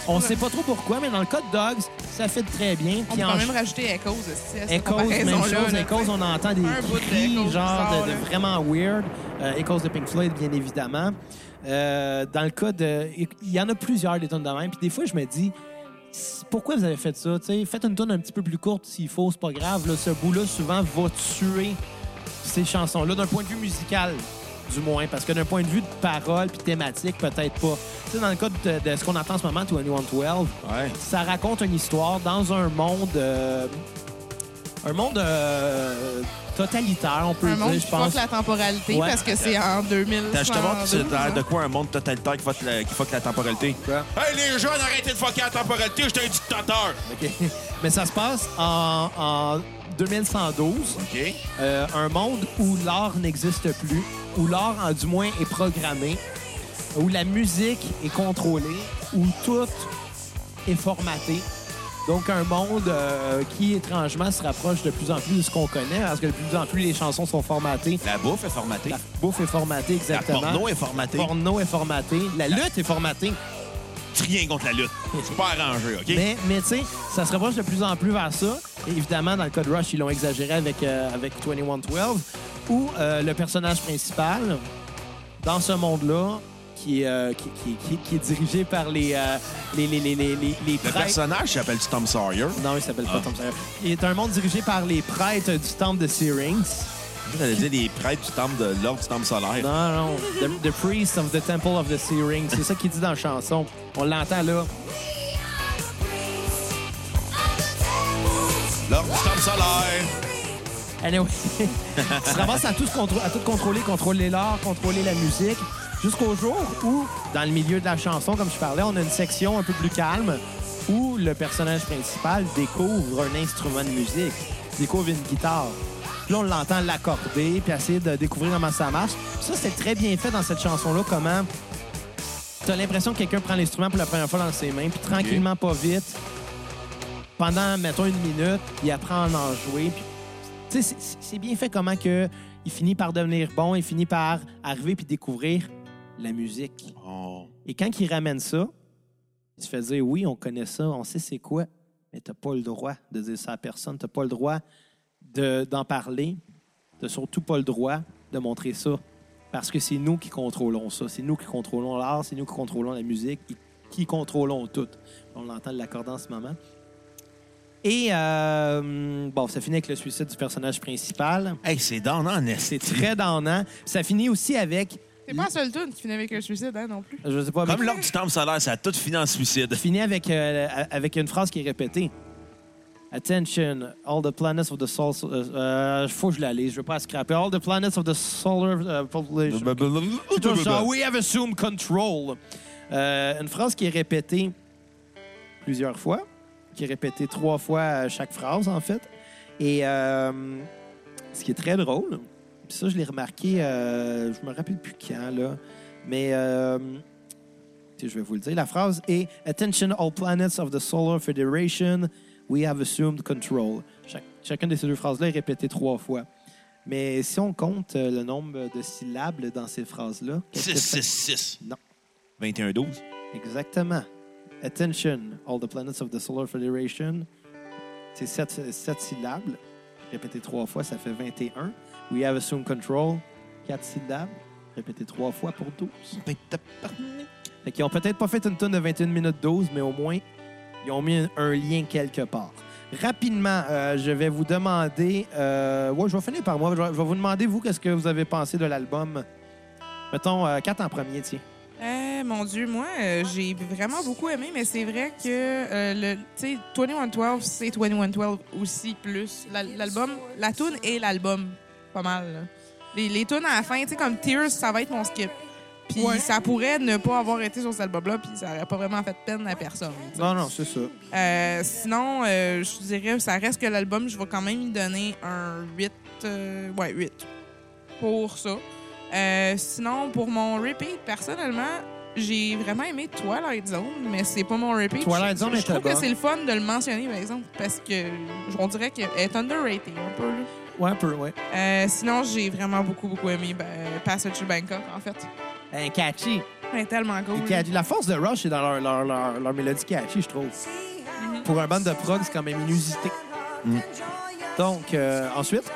A: On
C: tu
A: sait
C: pourrais-
A: pas trop pourquoi, mais dans le cas de Dogs, ça fait très bien.
C: On
A: Puis en
C: pourrait même rajouter Echoes aussi à cette
A: Echoes, même
C: comparaison-là,
A: chose.
C: là,
A: Echoes,
C: tu sais.
A: on entend des
C: Un bout de
A: cris,
C: Echoes
A: genre de-
C: bizarre,
A: de,
C: là.
A: vraiment weird. Euh, Echoes de Pink Floyd, bien évidemment. Euh, dans le cas de... Il y en a plusieurs, des tonnes de même. Puis des fois, je me dis, c'est- pourquoi vous avez fait ça? tu sais? faites une tonne un petit peu plus courte s'il faut, c'est pas grave. Là, ce bout-là, souvent, va tuer ces chansons-là, d'un point de vue musical, du moins. Parce que d'un point de vue de parole puis thématique, peut-être pas. Tu sais, dans le cas de, de ce qu'on entend en ce moment, 2112,
B: Ouais.
A: ça raconte une histoire dans un monde euh, un monde euh, totalitaire, on peut
C: Un
A: le
C: monde
A: dire,
C: qui
A: je pense.
C: fuck la temporalité
A: Ouais.
C: parce que c'est en 2000.
B: T'as justement tu sais, t'as l'air de quoi un monde totalitaire qui fuck la, qui fuck la temporalité? Hey les jeunes, arrêtez de fucker la temporalité, j'étais un dictateur!
A: Ok. Mais ça se passe en, en 2112,
B: OK.
A: euh, un monde où l'art n'existe plus, où l'art, en- du moins, est programmé, où la musique est contrôlée, où tout est formaté. Donc, un monde euh, qui, étrangement, se rapproche de plus en plus de ce qu'on connaît, parce que de plus en plus, les chansons sont formatées.
B: La bouffe est formatée.
A: La bouffe est formatée,
B: La,
A: exactement.
B: porno est formatée.
A: porno est formaté, la lutte est formatée,
B: Rien contre la lutte. C'est pas arrangé, OK?
A: mais, mais tu sais, ça se rapproche de plus en plus vers ça. Et évidemment, dans le cas de Rush, ils l'ont exagéré avec, euh, avec 2112, où euh, le personnage principal, dans ce monde-là, qui, est, euh, qui, qui- qui- qui est dirigé par les, euh, les, les, les, les, les, les
B: Le
A: prêtres.
B: personnage s'appelle-tu Tom Sawyer?
A: Non, il s'appelle
B: Ah.
A: pas Tom Sawyer. Il est un monde dirigé par les prêtres du temple de Syrinx.
B: J'allais dire les prêtres du temple de l'ordre du temple solaire.
A: Non, non. The, the Priest of the Temple of the Sea Ring. C'est ça qu'il dit dans la chanson. On l'entend là.
B: L'ordre du temple solaire!
A: Anyway, tu se ramasses à tout, contrô- à tout contrôler, contrôler l'art, contrôler la musique, jusqu'au jour où, dans le milieu de la chanson, comme je parlais, on a une section un peu plus calme où le personnage principal découvre un instrument de musique, découvre une guitare. Puis là, on l'entend l'accorder, puis essayer de découvrir comment ça marche. Puis ça, c'est très bien fait dans cette chanson-là, comment t'as l'impression que quelqu'un prend l'instrument pour la première fois dans ses mains, puis tranquillement, pas vite, pendant, mettons, une minute, il apprend à en jouer, puis tu sais, c'est- c'est c'est bien fait comment que il finit par devenir bon, il finit par arriver puis découvrir la musique.
B: Oh.
A: Et quand il ramène ça, il se fait dire oui, on connaît ça, on sait c'est quoi, mais t'as pas le droit de dire ça à personne, t'as pas le droit de- d'en parler, t'as surtout pas le droit de montrer ça, parce que c'est nous qui contrôlons ça, c'est nous qui contrôlons l'art, c'est nous qui contrôlons la musique, qui- qui contrôlons tout. On l'entend de l'accorder en ce moment. Et euh, bon, ça finit avec le suicide du personnage principal.
B: Hey, c'est dans en
A: C'est très donnant. Ça finit aussi avec,
C: C'est pas la seule tune qui finit avec un suicide, hein, non plus.
A: je sais pas, mais-
B: Comme l'ordre du temple solaire, ça a tout fini en suicide.
A: finit avec, euh, avec une phrase qui est répétée. Attention, all the planets of the solar... Euh, euh, faut que je la lise, je veux pas la scraper. All the planets of the solar euh, population...
B: Bah,
A: Plutôt genre, we have assumed control. Euh, une phrase qui est répétée plusieurs fois, qui est répétée trois fois à chaque phrase, en fait. Et euh, ce qui est très drôle, puis ça, je l'ai remarqué, euh, je me rappelle plus quand, là, mais euh, tu sais, je vais vous le dire. La phrase est Attention, all planets of the Solar Federation, we have assumed control. Chac- chacune de ces deux phrases-là est répétée trois fois. Mais si on compte euh, le nombre de syllabes dans ces phrases-là, qu'est-ce que
B: 6,
A: ça-
B: 6, 6.
A: Non.
B: 21, 12.
A: Exactement. Attention, all the planets of the Solar Federation. C'est sept, sept syllabes. Répétez trois fois, ça fait 21. We have assumed control. Quatre syllabes. Répétez trois fois pour 12. Fait qu'ils ont peut-être pas fait une tonne de 21 minutes 12, mais au moins, ils ont mis un, un lien quelque part. Rapidement, euh, je vais vous demander. euh, ouais, je vais finir par moi. Je vais, je vais vous demander, vous, qu'est-ce que vous avez pensé de l'album. Mettons, euh, quatre en premier, tiens.
C: Euh, mon Dieu, moi, euh, j'ai vraiment beaucoup aimé, mais c'est vrai que euh, le, tu sais, 2112, c'est 2112 aussi, plus. La- L'album, la tune et l'album, pas mal. là. Les, les tunes à la fin, tu sais, comme Tears, ça va être mon skip. Puis ça pourrait ne pas avoir été sur cet album-là, puis ça aurait pas vraiment fait peine à personne. tu sais.
A: Non, non, c'est ça.
C: Euh, sinon, euh, je dirais, ça reste que l'album, je vais quand même lui donner un 8. euh, ouais, 8 pour ça. Euh, sinon, pour mon repeat, personnellement, j'ai vraiment aimé Twilight Zone, mais c'est pas mon repeat.
A: Twilight
C: Je-
A: Zone
C: je,
A: était
C: trouve que
A: bonne.
C: c'est le fun de le mentionner, par exemple, parce que on dirait qu'elle est underrated un peu. là.
A: Ouais, un peu, ouais.
C: Euh, sinon, j'ai vraiment beaucoup, beaucoup aimé ben, Passage to Bangkok, en fait.
A: Un Ben, catchy.
C: Elle est tellement cool.
A: Catchy. La force de Rush est dans leur, leur, leur, leur mélodie catchy, je trouve. Pour un band de prog, c'est quand même inusité. Donc, euh, ensuite,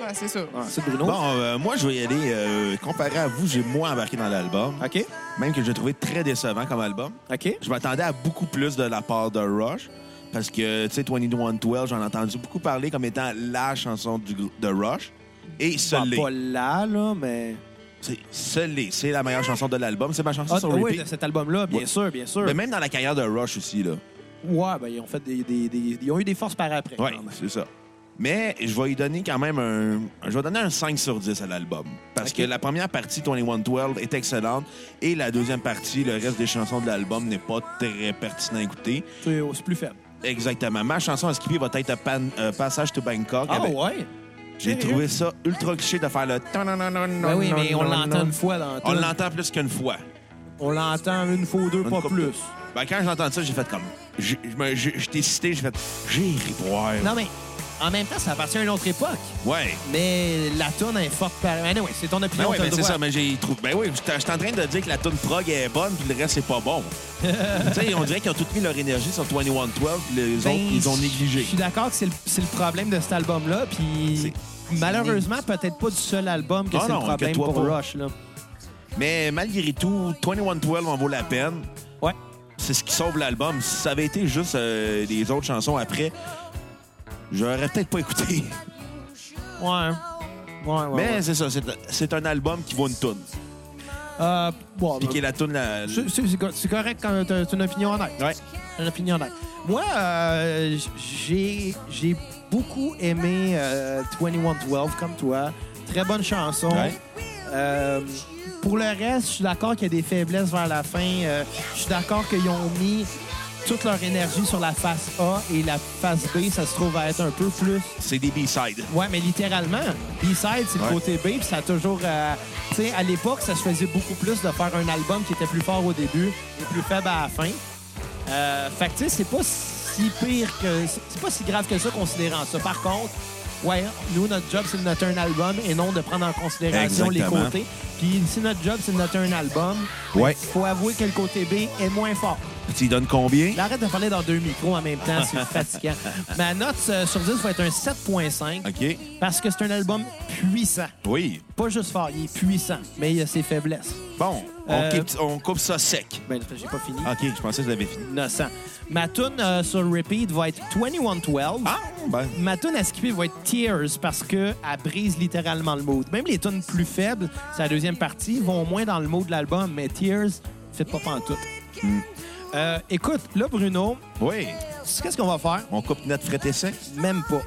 C: Ouais, c'est ça.
A: ensuite Ah, Bruno.
B: Bon, euh, moi, je vais y aller. euh, comparé à vous, j'ai moins embarqué dans l'album,
A: OK,
B: même que j'ai trouvé très décevant comme album.
A: OK.
B: Je m'attendais à beaucoup plus de la part de Rush. Parce que, tu sais, 2112, j'en ai entendu beaucoup parler comme étant la chanson du grou- de Rush. Et ce
A: Bah,
B: l'est.
A: pas là, là, mais...
B: C'est- Ce l'est. C'est la meilleure chanson de l'album. C'est ma chanson
A: Ah,
B: sur
A: oui,
B: repeat.
A: de cet album-là, bien
B: Ouais. Ben,
A: sûr, bien sûr.
B: Mais même dans la carrière de Rush aussi, là.
A: Ouais, ben, ils ont, fait des, des- des- ils ont eu des forces par après.
B: Oui,
A: quand même.
B: c'est ça. Mais je vais lui donner quand même un... Je vais donner un 5 sur 10 à l'album. Parce
A: Ok.
B: que la première partie, 2112, est excellente. Et la deuxième partie, le reste des chansons de l'album, n'est pas très pertinent à écouter.
A: C'est oh, c'est plus faible.
B: Exactement. Ma chanson à skipper va être Pan- euh, Passage to Bangkok.
A: Ah
B: avec-
A: ouais?
B: J'ai trouvé ça ultra cliché de faire le...
A: Ben oui, mais on l'entend une fois dans
B: On l'entend plus qu'une fois.
A: On l'entend une fois ou deux,
B: Une
A: pas
B: couple.
A: plus.
B: Ben, quand j'ai entendu ça, j'ai fait comme... Je, je me- je- je t'ai cité, j'ai fait... J'ai ri voir.
A: Non, mais en même temps, ça appartient à une autre époque.
B: Ouais.
A: Mais la tonne est forte. Par... Anyway, c'est ton
B: Ben
A: opinion.
B: oui,
A: t'as
B: ben
A: le
B: c'est
A: droit.
B: ça, mais j'ai trouvé. Ben oui, j'étais j'étais en train de dire que la tune prog est bonne, puis le reste, c'est pas bon. tu sais, on dirait qu'ils ont toutes mis leur énergie sur 2112, puis les
A: Ben,
B: autres, ils ont négligé.
A: Je suis d'accord que c'est le, c'est le problème de cet album-là. Puis
B: C'est-
A: malheureusement, peut-être pas du seul album que
B: Ah
A: c'est
B: non,
A: le problème
B: inquiète-toi
A: pour
B: pas.
A: Rush. Là.
B: Mais malgré tout, 2112 en vaut la peine.
A: Ouais.
B: C'est ce qui sauve l'album. Si ça avait été juste euh, les autres chansons après, j'aurais peut-être pas écouté.
A: Ouais. Ouais, ouais.
B: Mais
A: ouais.
B: c'est ça, c'est- c'est un album qui vaut une tune.
A: Euh, bon,
B: Puis qui est la tune la.
A: c'est- c'est- c'est co- c'est correct quand t'as t'as une opinion honnête.
B: Ouais.
A: Une opinion honnête. Moi, euh, j'ai j'ai beaucoup aimé euh, 2112 comme toi. Très bonne chanson.
B: Ouais.
A: Euh, pour le reste, je suis d'accord qu'il y a des faiblesses vers la fin. Euh, je suis d'accord qu'ils ont mis toute leur énergie sur la face A et la face B, ça se trouve à être un peu plus.
B: C'est des B-sides.
A: Ouais, mais littéralement, B-side, c'est le
B: Ouais.
A: côté B, puis ça a toujours. euh, tu sais, à l'époque, ça se faisait beaucoup plus de faire un album qui était plus fort au début et plus faible à la fin. Euh, fait que, tu sais, c'est pas si pire que. C'est pas si grave que ça, considérant ça. Par contre, ouais, nous, notre job, c'est de noter un album et non de prendre en considération les
B: Exactement.
A: côtés. Puis si notre job, c'est de noter un album, ben,
B: Ouais.
A: faut avouer que le côté B est moins fort.
B: Tu y donnes combien?
A: Là, Arrête de parler dans deux micros en même temps, c'est fatigant. Ma note euh, sur 10 va être un 7,5.
B: OK.
A: Parce que c'est un album puissant.
B: Oui.
A: Pas juste fort, il est puissant, mais il a ses faiblesses.
B: Bon, on,
A: Euh,
B: quitte- on coupe ça sec.
A: Ben, j'ai pas fini.
B: OK, je pensais que je l'avais fini.
A: Innocent. Ma tune euh, sur repeat va être 2112.
B: Ah, ben.
A: Ma tune à skipper va être Tears parce que elle brise littéralement le mood. Même les tunes plus faibles, sa deuxième partie, vont moins dans le mood de l'album, mais Tears, faites pas pantoute. Euh, écoute, là, Bruno,
B: Oui.
A: tu sais qu'est-ce qu'on va faire?
B: On coupe notre fret et sec?
A: Même pas.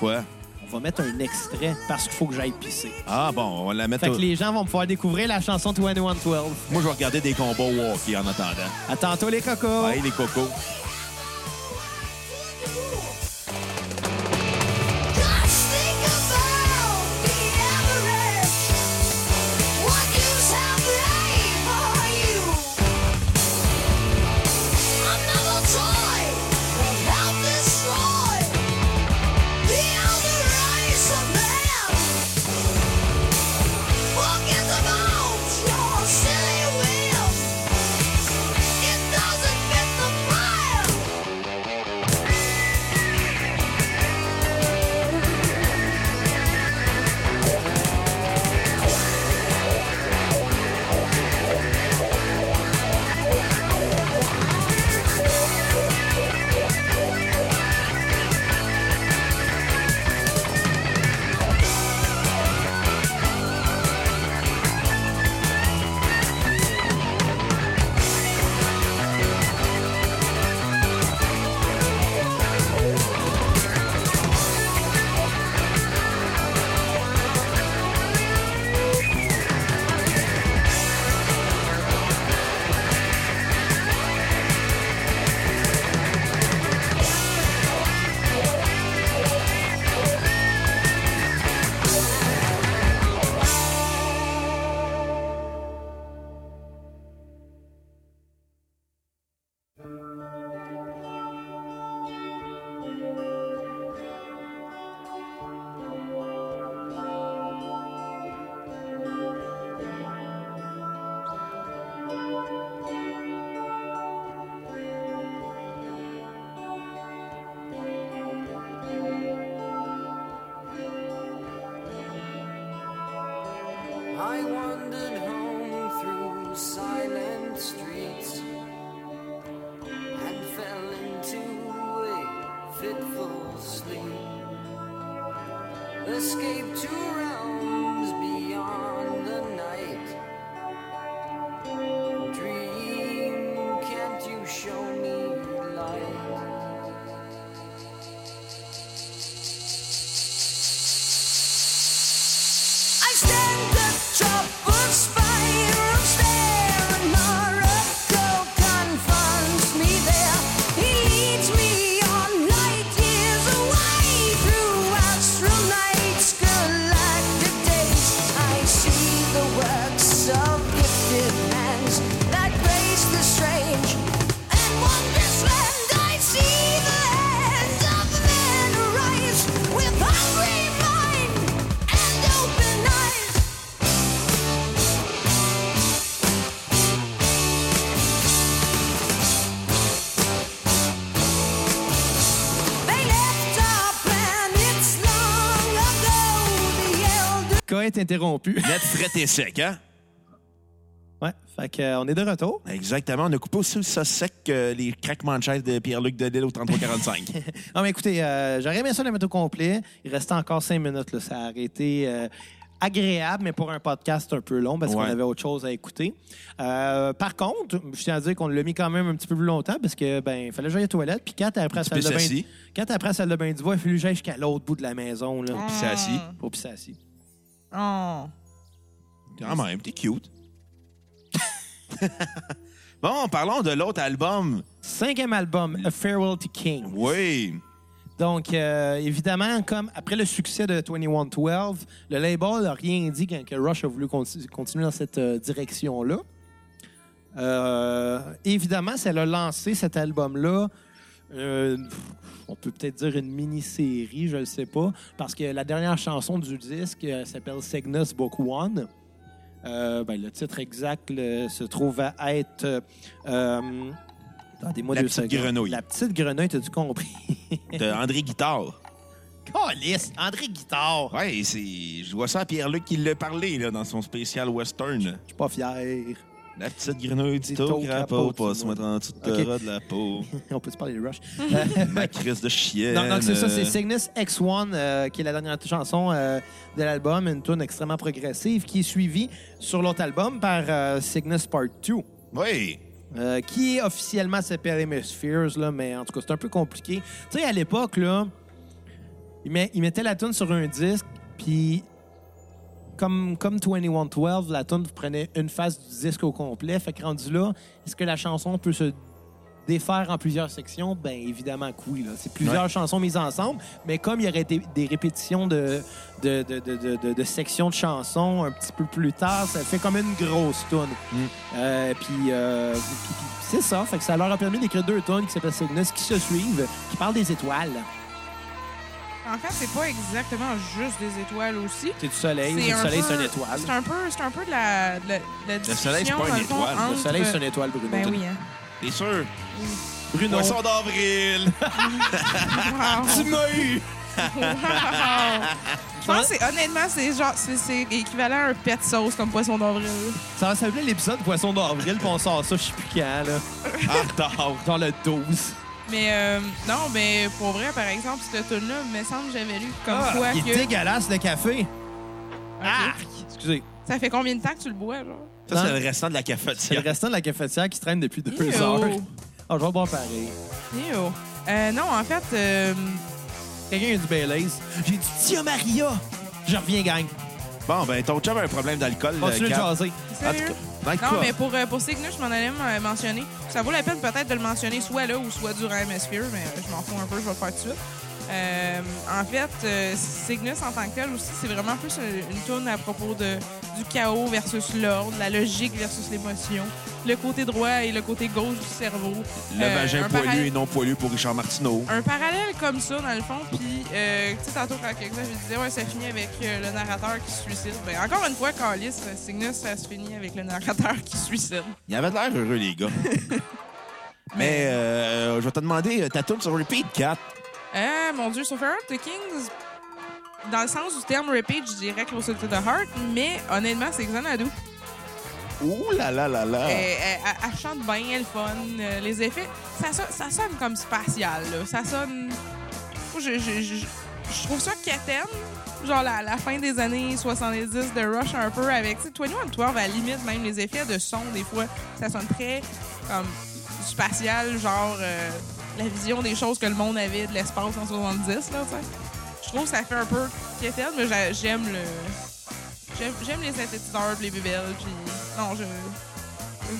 B: Quoi?
A: On va mettre un extrait parce qu'il faut que j'aille pisser.
B: Ah, bon, on va la mettre.
A: Fait
B: au-
A: que les gens vont pouvoir découvrir la chanson 2112.
B: Moi, je vais regarder des combats au hockey en attendant.
A: À tantôt, les cocos!
B: Bye, les cocos.
D: Just think about the Everest. What use have they for you? Another toy without destroy the outer race of man. Forget about your silly whim. It doesn't fit the fire.
E: I wandered home through silent streets and fell into a fitful sleep. Escaped to realms beyond the night. Dream, can't you show me light?
D: I stand the troubled spire of stare and Morocco confronts me there. He leads me on light years away through astral nights, galactic days. I see the works of gifted hands that grace the strange and wondrous land. I see the hands of men arise with hungry mind and open eyes. They left our planets long ago. The elder
A: Coët interrompu.
B: Net fret et sec, hein?
A: Ouais, fait que, euh, on est de retour.
B: Exactement. On a coupé aussi ça sec que les craquements de chaise de Pierre-Luc Delisle au 3345.
A: Non, mais écoutez, euh, j'aurais aimé ça le mettre au complet. Il restait encore cinq minutes. Là. Ça a arrêté euh, agréable, mais pour un podcast un peu long, parce qu'on
B: Ouais.
A: avait autre chose à écouter. Euh, par contre, je tiens à dire qu'on l'a mis quand même un petit peu plus longtemps, parce que ben il fallait que j'aille aux toilettes. Puis quand après la salle
B: petit
A: de
B: peu
A: bain,
B: s'assis.
A: quand après la salle de bain du bois, il fallait que j'aille jusqu'à l'autre bout de la maison. Là.
B: Puis c'est assis.
A: Pour pisser assis.
C: Oh.
B: Quand même, t'es cute. bon, parlons de l'autre album.
A: Cinquième album, A Farewell to King.
B: Oui.
A: Donc, euh, évidemment, comme après le succès de 2112, le label n'a rien dit quand que Rush a voulu conti- continuer dans cette euh, direction-là. Euh, évidemment, ça a lancé cet album-là. euh, on peut peut-être dire une mini-série, je ne sais pas, parce que la dernière chanson du disque euh, s'appelle Cygnus Book One. Euh, ben, le titre exact euh, se trouve à être. euh, euh, attendez-moi
B: La
A: deux
B: petite
A: secondes.
B: grenouille.
A: La petite grenouille, t'as-tu compris?
B: De André Guitard.
A: Calice, André Guitard.
B: Ouais, c'est. Je vois ça à Pierre-Luc qui l'a parlé là, dans son spécial western.
A: Je suis pas fier.
B: La petite grenouille du
A: Des
B: taux
A: taux crapaud,
B: crapaud, pas
A: tu
B: se
A: vois.
B: mettre en dessous de
A: Ok.
B: ras de la peau.
A: On peut se parler de Rush.
B: Ma crise de chienne.
A: non, donc c'est ça, c'est
B: euh,
A: Cygnus X1 euh, qui est la dernière chanson euh, de l'album, une tune extrêmement progressive qui est suivie sur l'autre album par euh, Cygnus Part 2.
B: Oui.
A: euh, qui est officiellement s'appelle Hemispheres, là, mais en tout cas, c'est un peu compliqué. Tu sais, à l'époque, là, ils, met- ils mettaient la tune sur un disque, puis comme, comme 2112, la tune prenait une face du disque au complet. Fait que rendu là, est-ce que la chanson peut se défaire en plusieurs sections? Ben évidemment que oui. là. C'est plusieurs
B: Ouais.
A: chansons mises ensemble, mais comme il y aurait des, des répétitions de, de, de- de- de- de- de sections de chansons un petit peu plus tard, ça fait comme une grosse tune. Euh, puis euh, puis- puis- puis c'est ça. Fait que ça leur a permis d'écrire deux tonnes qui s'appellent Cygnus qui se suivent, qui parlent des étoiles.
C: En fait, c'est pas exactement juste des étoiles aussi.
A: C'est du soleil. Le soleil,
C: peu-
A: c'est une étoile.
C: C'est un peu, c'est un peu de la, de la, de la discussion,
B: soleil, c'est pas une
C: dans le fond,
B: étoile. Le
A: Le
C: entre-
A: soleil, c'est une étoile, Bruno.
C: Ben oui, hein.
B: T'es sûr?
A: Bruno,
B: Poisson d'avril.
C: Wow.
A: tu m'as eu!
C: Wow. Je pense que c'est- honnêtement, c'est genre, c'est- c'est équivalent à un pet sauce comme poisson d'avril.
A: Ça va s'appeler l'épisode Poisson d'avril, puis on sort ça, je suis plus quand, là.
B: en retard.
A: Dans le 12.
C: Mais euh, non, mais pour vrai, par exemple, cette tune-là, il me semble que j'avais lu comme quoi
A: Ah, il Ah!
C: que.
A: est dégueulasse, le café.
C: Ok.
A: Arc! Excusez.
C: Ça fait combien de temps que tu le bois, genre?
B: Ça, c'est
A: Non.
B: le restant de la
A: C'est le
B: cafetière.
A: restant de la cafetière qui se traîne depuis deux
C: Ew.
A: heures. Ah, je vais boire pareil.
C: Ew. Euh, non, en fait, euh,
A: Quelqu'un a du Baileys. J'ai du Tia Maria. Je reviens, gang.
B: Bon, ben, ton chum a un problème d'alcool.
A: Continue de
B: euh, Cap.
A: jaser.
B: En tout cas,
C: sérieux?
B: dans le cas,
C: Non, mais pour, euh, pour Cygnus, je m'en allais euh, mentionner. Ça vaut la peine peut-être de le mentionner soit là ou soit durant Hemisphere, mais euh, je m'en fous un peu, je vais le faire tout de suite. Euh, en fait, euh, Cygnus en tant que tel aussi, c'est vraiment plus euh, une tourne à propos de, du chaos versus l'ordre, la logique versus l'émotion, le côté droit et le côté gauche du cerveau.
B: le
C: Euh,
B: vagin
C: un
B: poilu
C: parallèle-
B: et non poilu pour Richard Martineau.
C: un parallèle comme ça, dans le fond. Puis, euh, tu sais, tantôt, quand quelqu'un, je disais, ouais, ça finit avec euh, le narrateur qui se suicide. Ben, encore une fois, Calis, euh, Cygnus, ça se finit avec le narrateur qui se suicide.
B: Il avait de l'air heureux, les gars. mais
C: Hein,
B: euh, je vais te demander euh, ta tune sur repeat, Kat.
C: Ah, mon Dieu, Sophia, The Kings. dans le sens du terme rapage, je dirais Closer to the Heart, mais honnêtement, c'est Xanadu.
B: Ouh là là là là!
C: Euh, elle, elle- elle chante bien, elle est fun. euh, les effets, ça, so- ça sonne comme spatial. là. Ça sonne. Moi, Je, je- je- je trouve ça quétaine. Genre la, la fin des années 70 de Rush un peu avec tu sais, 21 12 à la limite même les effets de son des fois ça sonne très comme spatial genre euh, la vision des choses que le monde avait de l'espace en 70 là tu sais. Je trouve que ça fait un peu quétaine mais j'a- j'aime le j'aime j'aime les synthétiseurs, puis les bébelles puis non je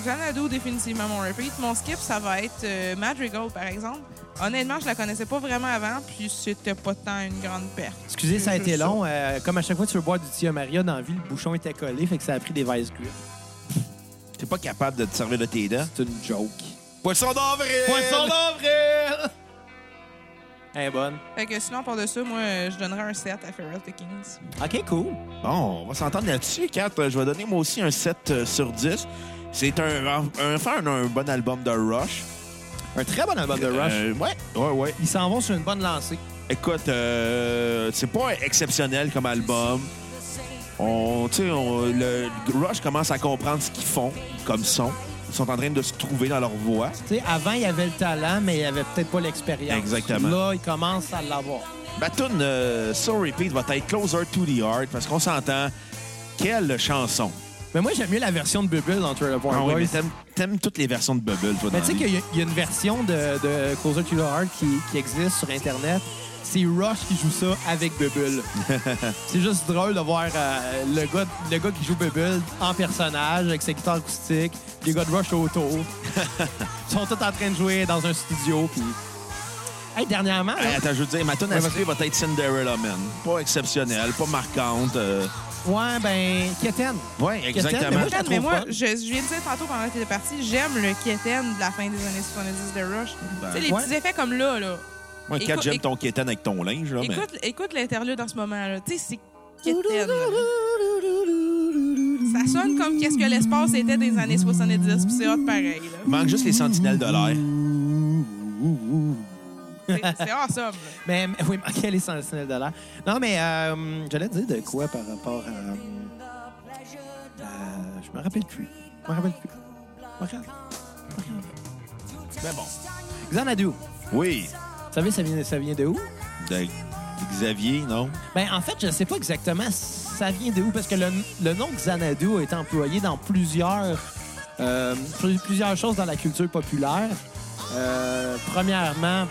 C: Xanadu, définitivement mon repeat. Mon skip, ça va être euh, Madrigal, par exemple. Honnêtement, je la connaissais pas vraiment avant, puis c'était pas tant une grande perte.
A: Excusez, ça a
C: Je-
A: été
C: je-
A: long. Euh, comme à chaque fois que tu veux boire du Tia Maria dans la ville, le bouchon était collé, fait que ça a pris des vice grips.
B: T'es pas capable de te servir de tes dents?
A: C'est une joke.
B: Poisson d'avril!
A: Poisson d'avril! Elle est bonne.
C: Fait que sinon, par de ça, moi, euh, je donnerais un 7 à Feral the Kings.
A: OK, cool.
B: Bon, on va s'entendre là-dessus, Kat. Euh, Je vais donner moi aussi un 7 euh, sur 10. C'est un, un, enfin, un, un bon album de Rush.
A: Un très bon album de Rush.
B: Euh, ouais, ouais, ouais.
A: Ils s'en vont sur une bonne lancée.
B: Écoute, euh, c'est pas exceptionnel comme album. On, tu sais, on- le Rush commence à comprendre ce qu'ils font comme son. Ils sont en train de se trouver dans leur voix.
A: Tu sais, avant, il y avait le talent, mais il n'y avait peut-être pas l'expérience.
B: Exactement.
A: Là, ils commencent à l'avoir.
B: Ma tune euh, sur repeat va être Closer to the Heart parce qu'on s'entend. Quelle chanson!
A: Mais moi, j'aime mieux la version de Bubble dans Trailer Park
B: Ah oui,
A: Boys.
B: mais t'aimes- t'aimes toutes les versions de Bubble, toi,
A: Mais
B: dans
A: tu sais
B: la
A: qu'il
B: vie.
A: y, a- il y a une version de, de Closer to the Heart qui, qui existe sur Internet. C'est Rush qui joue ça avec Bubble. c'est juste drôle de voir euh, le, gars, le gars qui joue Bubble en personnage avec sa guitare acoustique, les gars de Rush autour. Ils sont tous en train de jouer dans un studio. Puis... Hey, dernièrement, là,
B: Hey, attends, je veux dire, ma tune à
A: Ouais,
B: skipper va être Cinderella Man. Pas exceptionnelle, pas marquante. euh,
A: ouais, ben, Keten.
B: Ouais,
A: mais
B: exactement.
A: moi, je la
C: mais
A: trouve
C: moi,
A: bonne.
C: je, je viens de dire tantôt pendant que t'étais parti, j'aime le quétaine de la fin des années 70 de Rush.
B: Ben,
C: tu sais, les
A: ouais.
C: petits effets comme là, là.
A: Ah,
B: Moi, Kat,
C: écoute-
B: j'aime ton quétaine avec ton linge, là, mais...
C: Écoute, écoute l'interlude en ce moment, là. Tu sais, c'est quétaine. là. Ça sonne comme qu'est-ce que l'espace était des années 70, puis c'est hot pareil, là.
B: Manque juste les sentinelles de l'air.
C: C'est- C'est awesome, là.
A: Mais mais- oui, mais quel est son de dollars? Non, mais euh, j'allais te dire de quoi par rapport à. euh, à- je me rappelle plus. Je me rappelle plus. Je me rappelle-
B: Mais bon.
A: Xanadu.
B: Oui.
A: Vous savez, ça vient, ça vient de où?
B: De- Xavier, non?
A: Ben, en fait, je ne sais pas exactement ça vient de où, parce que le, le nom Xanadu a été employé dans plusieurs, euh, pl- plusieurs choses dans la culture populaire. Euh, premièrement,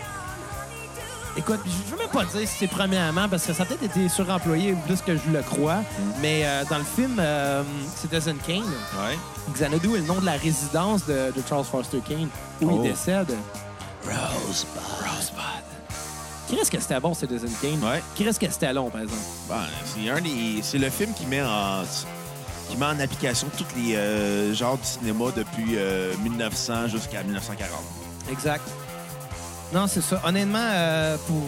A: écoute, je ne veux même pas dire si c'est premièrement, parce que ça a peut-être été suremployé plus que je le crois, mais euh, dans le film euh, Citizen Kane,
B: Ouais.
A: Xanadu est le nom de la résidence de, de Charles Foster Kane, où
B: Oh.
A: il décède. Rosebud. Rosebud. Qu'est-ce que c'était bon, Citizen Kane?
B: Ouais.
A: Qu'est-ce que c'était long, par exemple?
B: Ben, c'est un des- C'est le film qui met en... qui met en application tous les euh, genres du cinéma depuis euh, 1900 jusqu'à 1940.
A: Exact. Non, c'est ça. Honnêtement, euh, pour...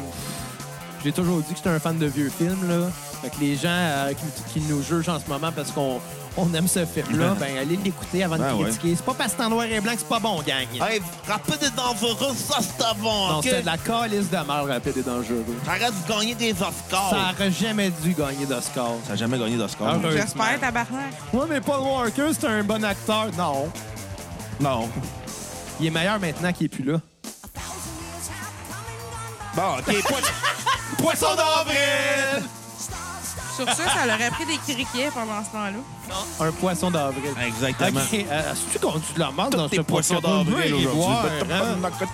A: j'ai toujours dit que j'étais un fan de vieux films. Là. Fait que les gens euh, qui, qui nous jugent en ce moment parce qu'on on aime ce film-là, ben allez l'écouter avant de
B: Ah ouais.
A: critiquer. C'est pas parce que c'est en noir et blanc que c'est pas bon, gang.
B: Hey, rapide et dangereux, ça c'est avant,
A: Non,
B: ok? Ah,
A: c'était de la calice de merde rapide et dangereux.
B: Arrête de gagner des Oscars!
A: Ça aurait jamais dû gagner d'Oscar.
B: Ça n'a jamais gagné d'Oscar.
A: Ah, ouais.
C: J'espère, tabarnak.
A: Ouais, mais Paul Walker, c'est un bon acteur. Non.
B: Non.
A: Il est meilleur maintenant qu'il est plus là.
B: Bon, OK, poisson- Poisson d'avril!
C: Sur ça, ça leur a pris des criquets pendant ce temps-là.
A: Un poisson d'avril.
B: Exactement.
A: Ok, euh, c'est-tu qu'on dit de la merde dans
B: Tous
A: ce
B: tes poissons
A: podcast? On veut
B: d'avril
A: les boire,
B: aujourd'hui.
A: hein?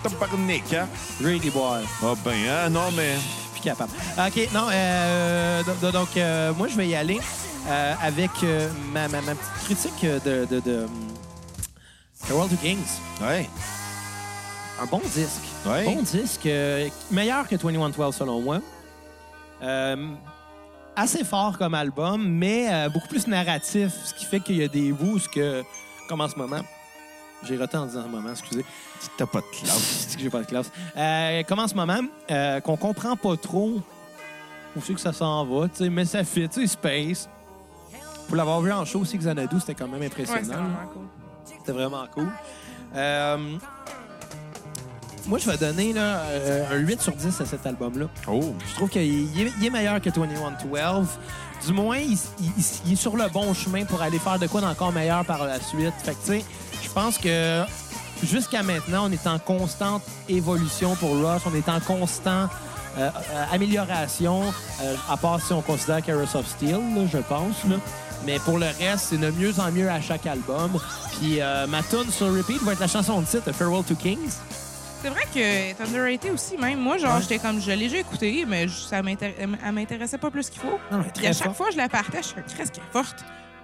B: Tabarnak, hein?
A: Je veux les boire.
B: Ah ben, hein, non, mais...
A: plus capable. OK, non, euh, do- do- donc, euh, moi, je vais y aller euh, avec euh, ma, ma- ma petite critique euh, de, de, de, hum, The World of Kings.
B: Ouais.
A: Un bon disque.
B: Ouais.
A: Bon disque. euh, meilleur que 2112, selon moi. Euh, assez fort comme album, mais euh, beaucoup plus narratif, ce qui fait qu'il y a des bouts, ce que, comme en ce moment. J'ai roté en disant en ce moment, excusez.
B: T'as pas de classe.
A: C'est que j'ai pas de classe. Euh, comme en ce moment, euh, qu'on comprend pas trop où c'est que ça s'en va, tu sais, mais ça fit, tu sais, Space. Pour l'avoir vu en show aussi, Xanadu, c'était quand même
C: Ouais, c'est
A: impressionnant.
C: vraiment cool.
A: c'était vraiment cool. Euh, moi, je vais donner là, euh, un 8 sur 10 à cet album-là.
B: Oh.
A: Je trouve qu'il il est, il est meilleur que 2112. Du moins, il, il- il est sur le bon chemin pour aller faire de quoi d'encore meilleur par la suite. Fait que, tu sais, je pense que jusqu'à maintenant, on est en constante évolution pour Rush. On est en constant euh, euh, amélioration, euh, à part si on considère Carrots of Steel, là, je pense. là. Mais pour le reste, c'est de mieux en mieux à chaque album. Puis euh, ma tune sur repeat va être la chanson de titre, Farewell to Kings.
C: C'est vrai que est underrated aussi, même. Moi, genre,
A: Ouais.
C: j'étais comme, je l'ai déjà écouté, mais je- ça m'intér- elle m'intéressait pas plus qu'il faut.
A: Non, non, elle est
C: Puis à
A: très
C: chaque
A: forte.
C: fois, je la partais, je suis presque forte.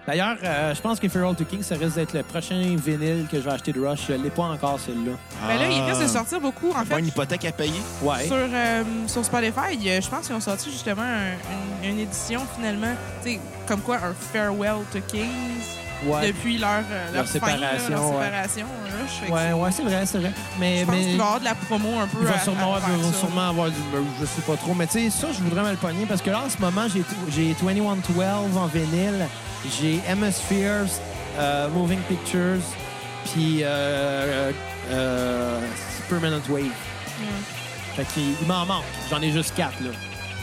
A: D'ailleurs, euh, je pense que Feral to King, ça risque d'être le prochain vinyle que je vais acheter de Rush. Je l'ai pas encore, celui-là.
C: Mais Ben là, il
B: Ah.
C: risque de sortir beaucoup, en
B: Pas
C: fait.
B: une hypothèque à payer.
A: Ouais.
C: Sur, euh, sur Spotify, euh, je pense qu'ils ont sorti justement un- une, une édition finalement, tu sais, comme quoi un Farewell to Kings
A: Ouais.
C: depuis leur, euh,
A: Leur
C: fin, là, leur
A: séparation, ouais.
C: séparation. là. Je fais que
A: Ouais, ouais, c'est vrai, c'est vrai.
C: c'est-
A: Mais,
C: je pense
A: mais
C: qu'il va y avoir de la promo un peu.
A: il
C: à-
A: va
C: à
A: sûrement, avoir,
C: faire
A: il va
C: ça.
A: sûrement avoir du. ben, Je sais pas trop. Mais tu sais, ça, je voudrais me le pogner parce que là, en ce moment, j'ai j'ai 2112 en vinyle, j'ai Hemispheres, euh, Moving Pictures, puis euh, euh, euh, Permanent Wave.
C: Mm.
A: Fait qu'il il m'en manque. J'en ai juste quatre, là.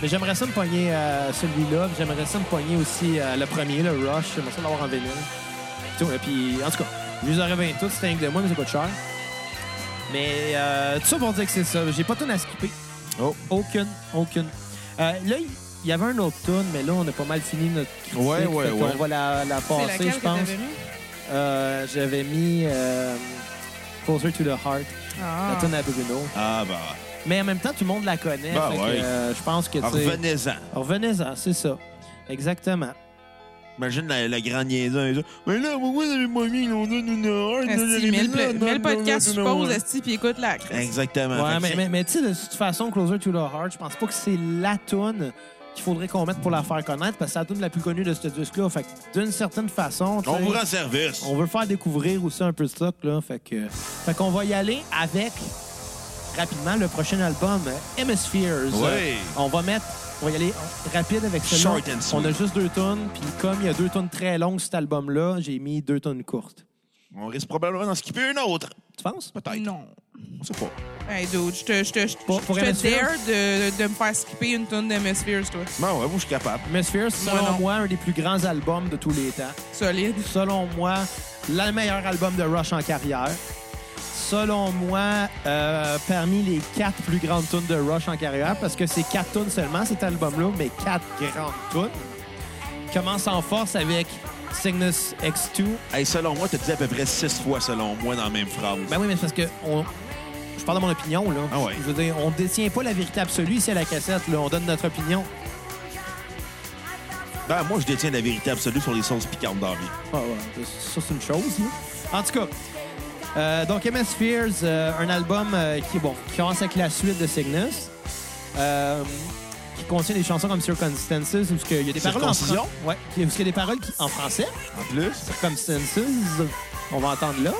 A: Mais j'aimerais ça me pogner euh, celui-là. puis J'aimerais ça me pogner aussi euh, le premier, le Rush. J'aimerais ça l'avoir en vinyle. Puis, tout, là, puis, en tout cas, je les aurais bien tous. C'était un de moi, mais c'est pas de cher. Mais euh, tout ça pour dire que c'est ça. J'ai pas tout à skipper.
B: Oh.
A: Aucune, aucune. Euh, là, il y avait un autre tune, mais là, on a pas mal fini notre critique.
B: Ouais, ouais,
A: fait qu'on
B: ouais.
A: va la, la
C: C'est
A: passer,
C: laquelle
A: je
C: que t'avais
A: pense.
C: mis?
A: Euh, J'avais mis euh, Closer to the Heart,
C: Ah.
A: la tune à Bruno.
B: Ah, bah.
A: Mais en même temps, tout le monde la connaît.
B: Ben
A: fait que,
B: ouais.
A: euh, je pense que tu sais-
B: Revenez-en.
A: Revenez-en, c'est ça. Exactement.
B: Imagine le, le grand niaiseur. et tout. Mais là, pourquoi vous avez pas mis l'ondeur d'une heure?
C: Esti, mets le, pla- mets le podcast sur pause, Esti, puis écoute la
B: Exactement.
A: Ouais,
B: Fait que
A: mais,
B: c'est-
A: mais, mais tu sais, de toute façon, Closer to the Heart, je pense pas que c'est la tune qu'il faudrait qu'on mette pour la faire connaître parce que c'est la tune la plus connue de ce disque-là. Fait que d'une certaine façon, tu
B: On
A: sais,
B: vous rend service.
A: on veut faire découvrir aussi un peu de stock. Là, fait que, fait qu'on va y aller avec rapidement le prochain album, euh, Hemispheres.
B: Ouais.
A: Euh, on va mettre. On va y aller rapide avec celui-là.
B: Short and sweet.
A: On a juste deux tonnes, puis comme il y a deux tonnes très longues cet album-là, j'ai mis deux tonnes courtes.
B: On risque probablement d'en skipper une autre.
A: Tu penses?
B: Peut-être.
C: Non.
B: On sait pas.
C: Hey, dude, je te, je te, je
A: Pour- pour
C: je te
A: Hemispheres?
C: dare de, de me faire skipper une tonne d'Hemispheres, toi.
B: Non, ouais, moi, je suis capable.
A: Hemispheres,
C: Moi,
A: selon
C: non.
A: moi, un des plus grands albums de tous les temps.
C: Solide.
A: Selon moi, le meilleur album de Rush en carrière. Selon moi, euh, parmi les quatre plus grandes tunes de Rush en carrière, parce que c'est quatre tunes seulement, cet album-là, mais quatre grandes tunes. Commence en force avec Cygnus X2.
B: Hey, selon moi, t'as dit à peu près six fois selon moi dans la même phrase.
A: Ben oui, mais c'est parce que on- je parle de mon opinion, là.
B: Ah ouais.
A: Je veux dire, on détient pas la vérité absolue ici à la cassette, là. On donne notre opinion.
B: Ben, moi, je détiens la vérité absolue sur les sauces piquantes dans la vie.
A: Ah ouais, ça, c'est une chose. là. En tout cas, euh, donc MS Fears, euh, un album euh, qui, bon, qui commence avec la suite de Cygnus, euh, qui contient des chansons comme Circumstances, où ce que il y a des paroles en français.
B: Circoncision?
A: Ouais, où il y a des paroles qui- en français.
B: En plus,
A: Circumstances, on va entendre là.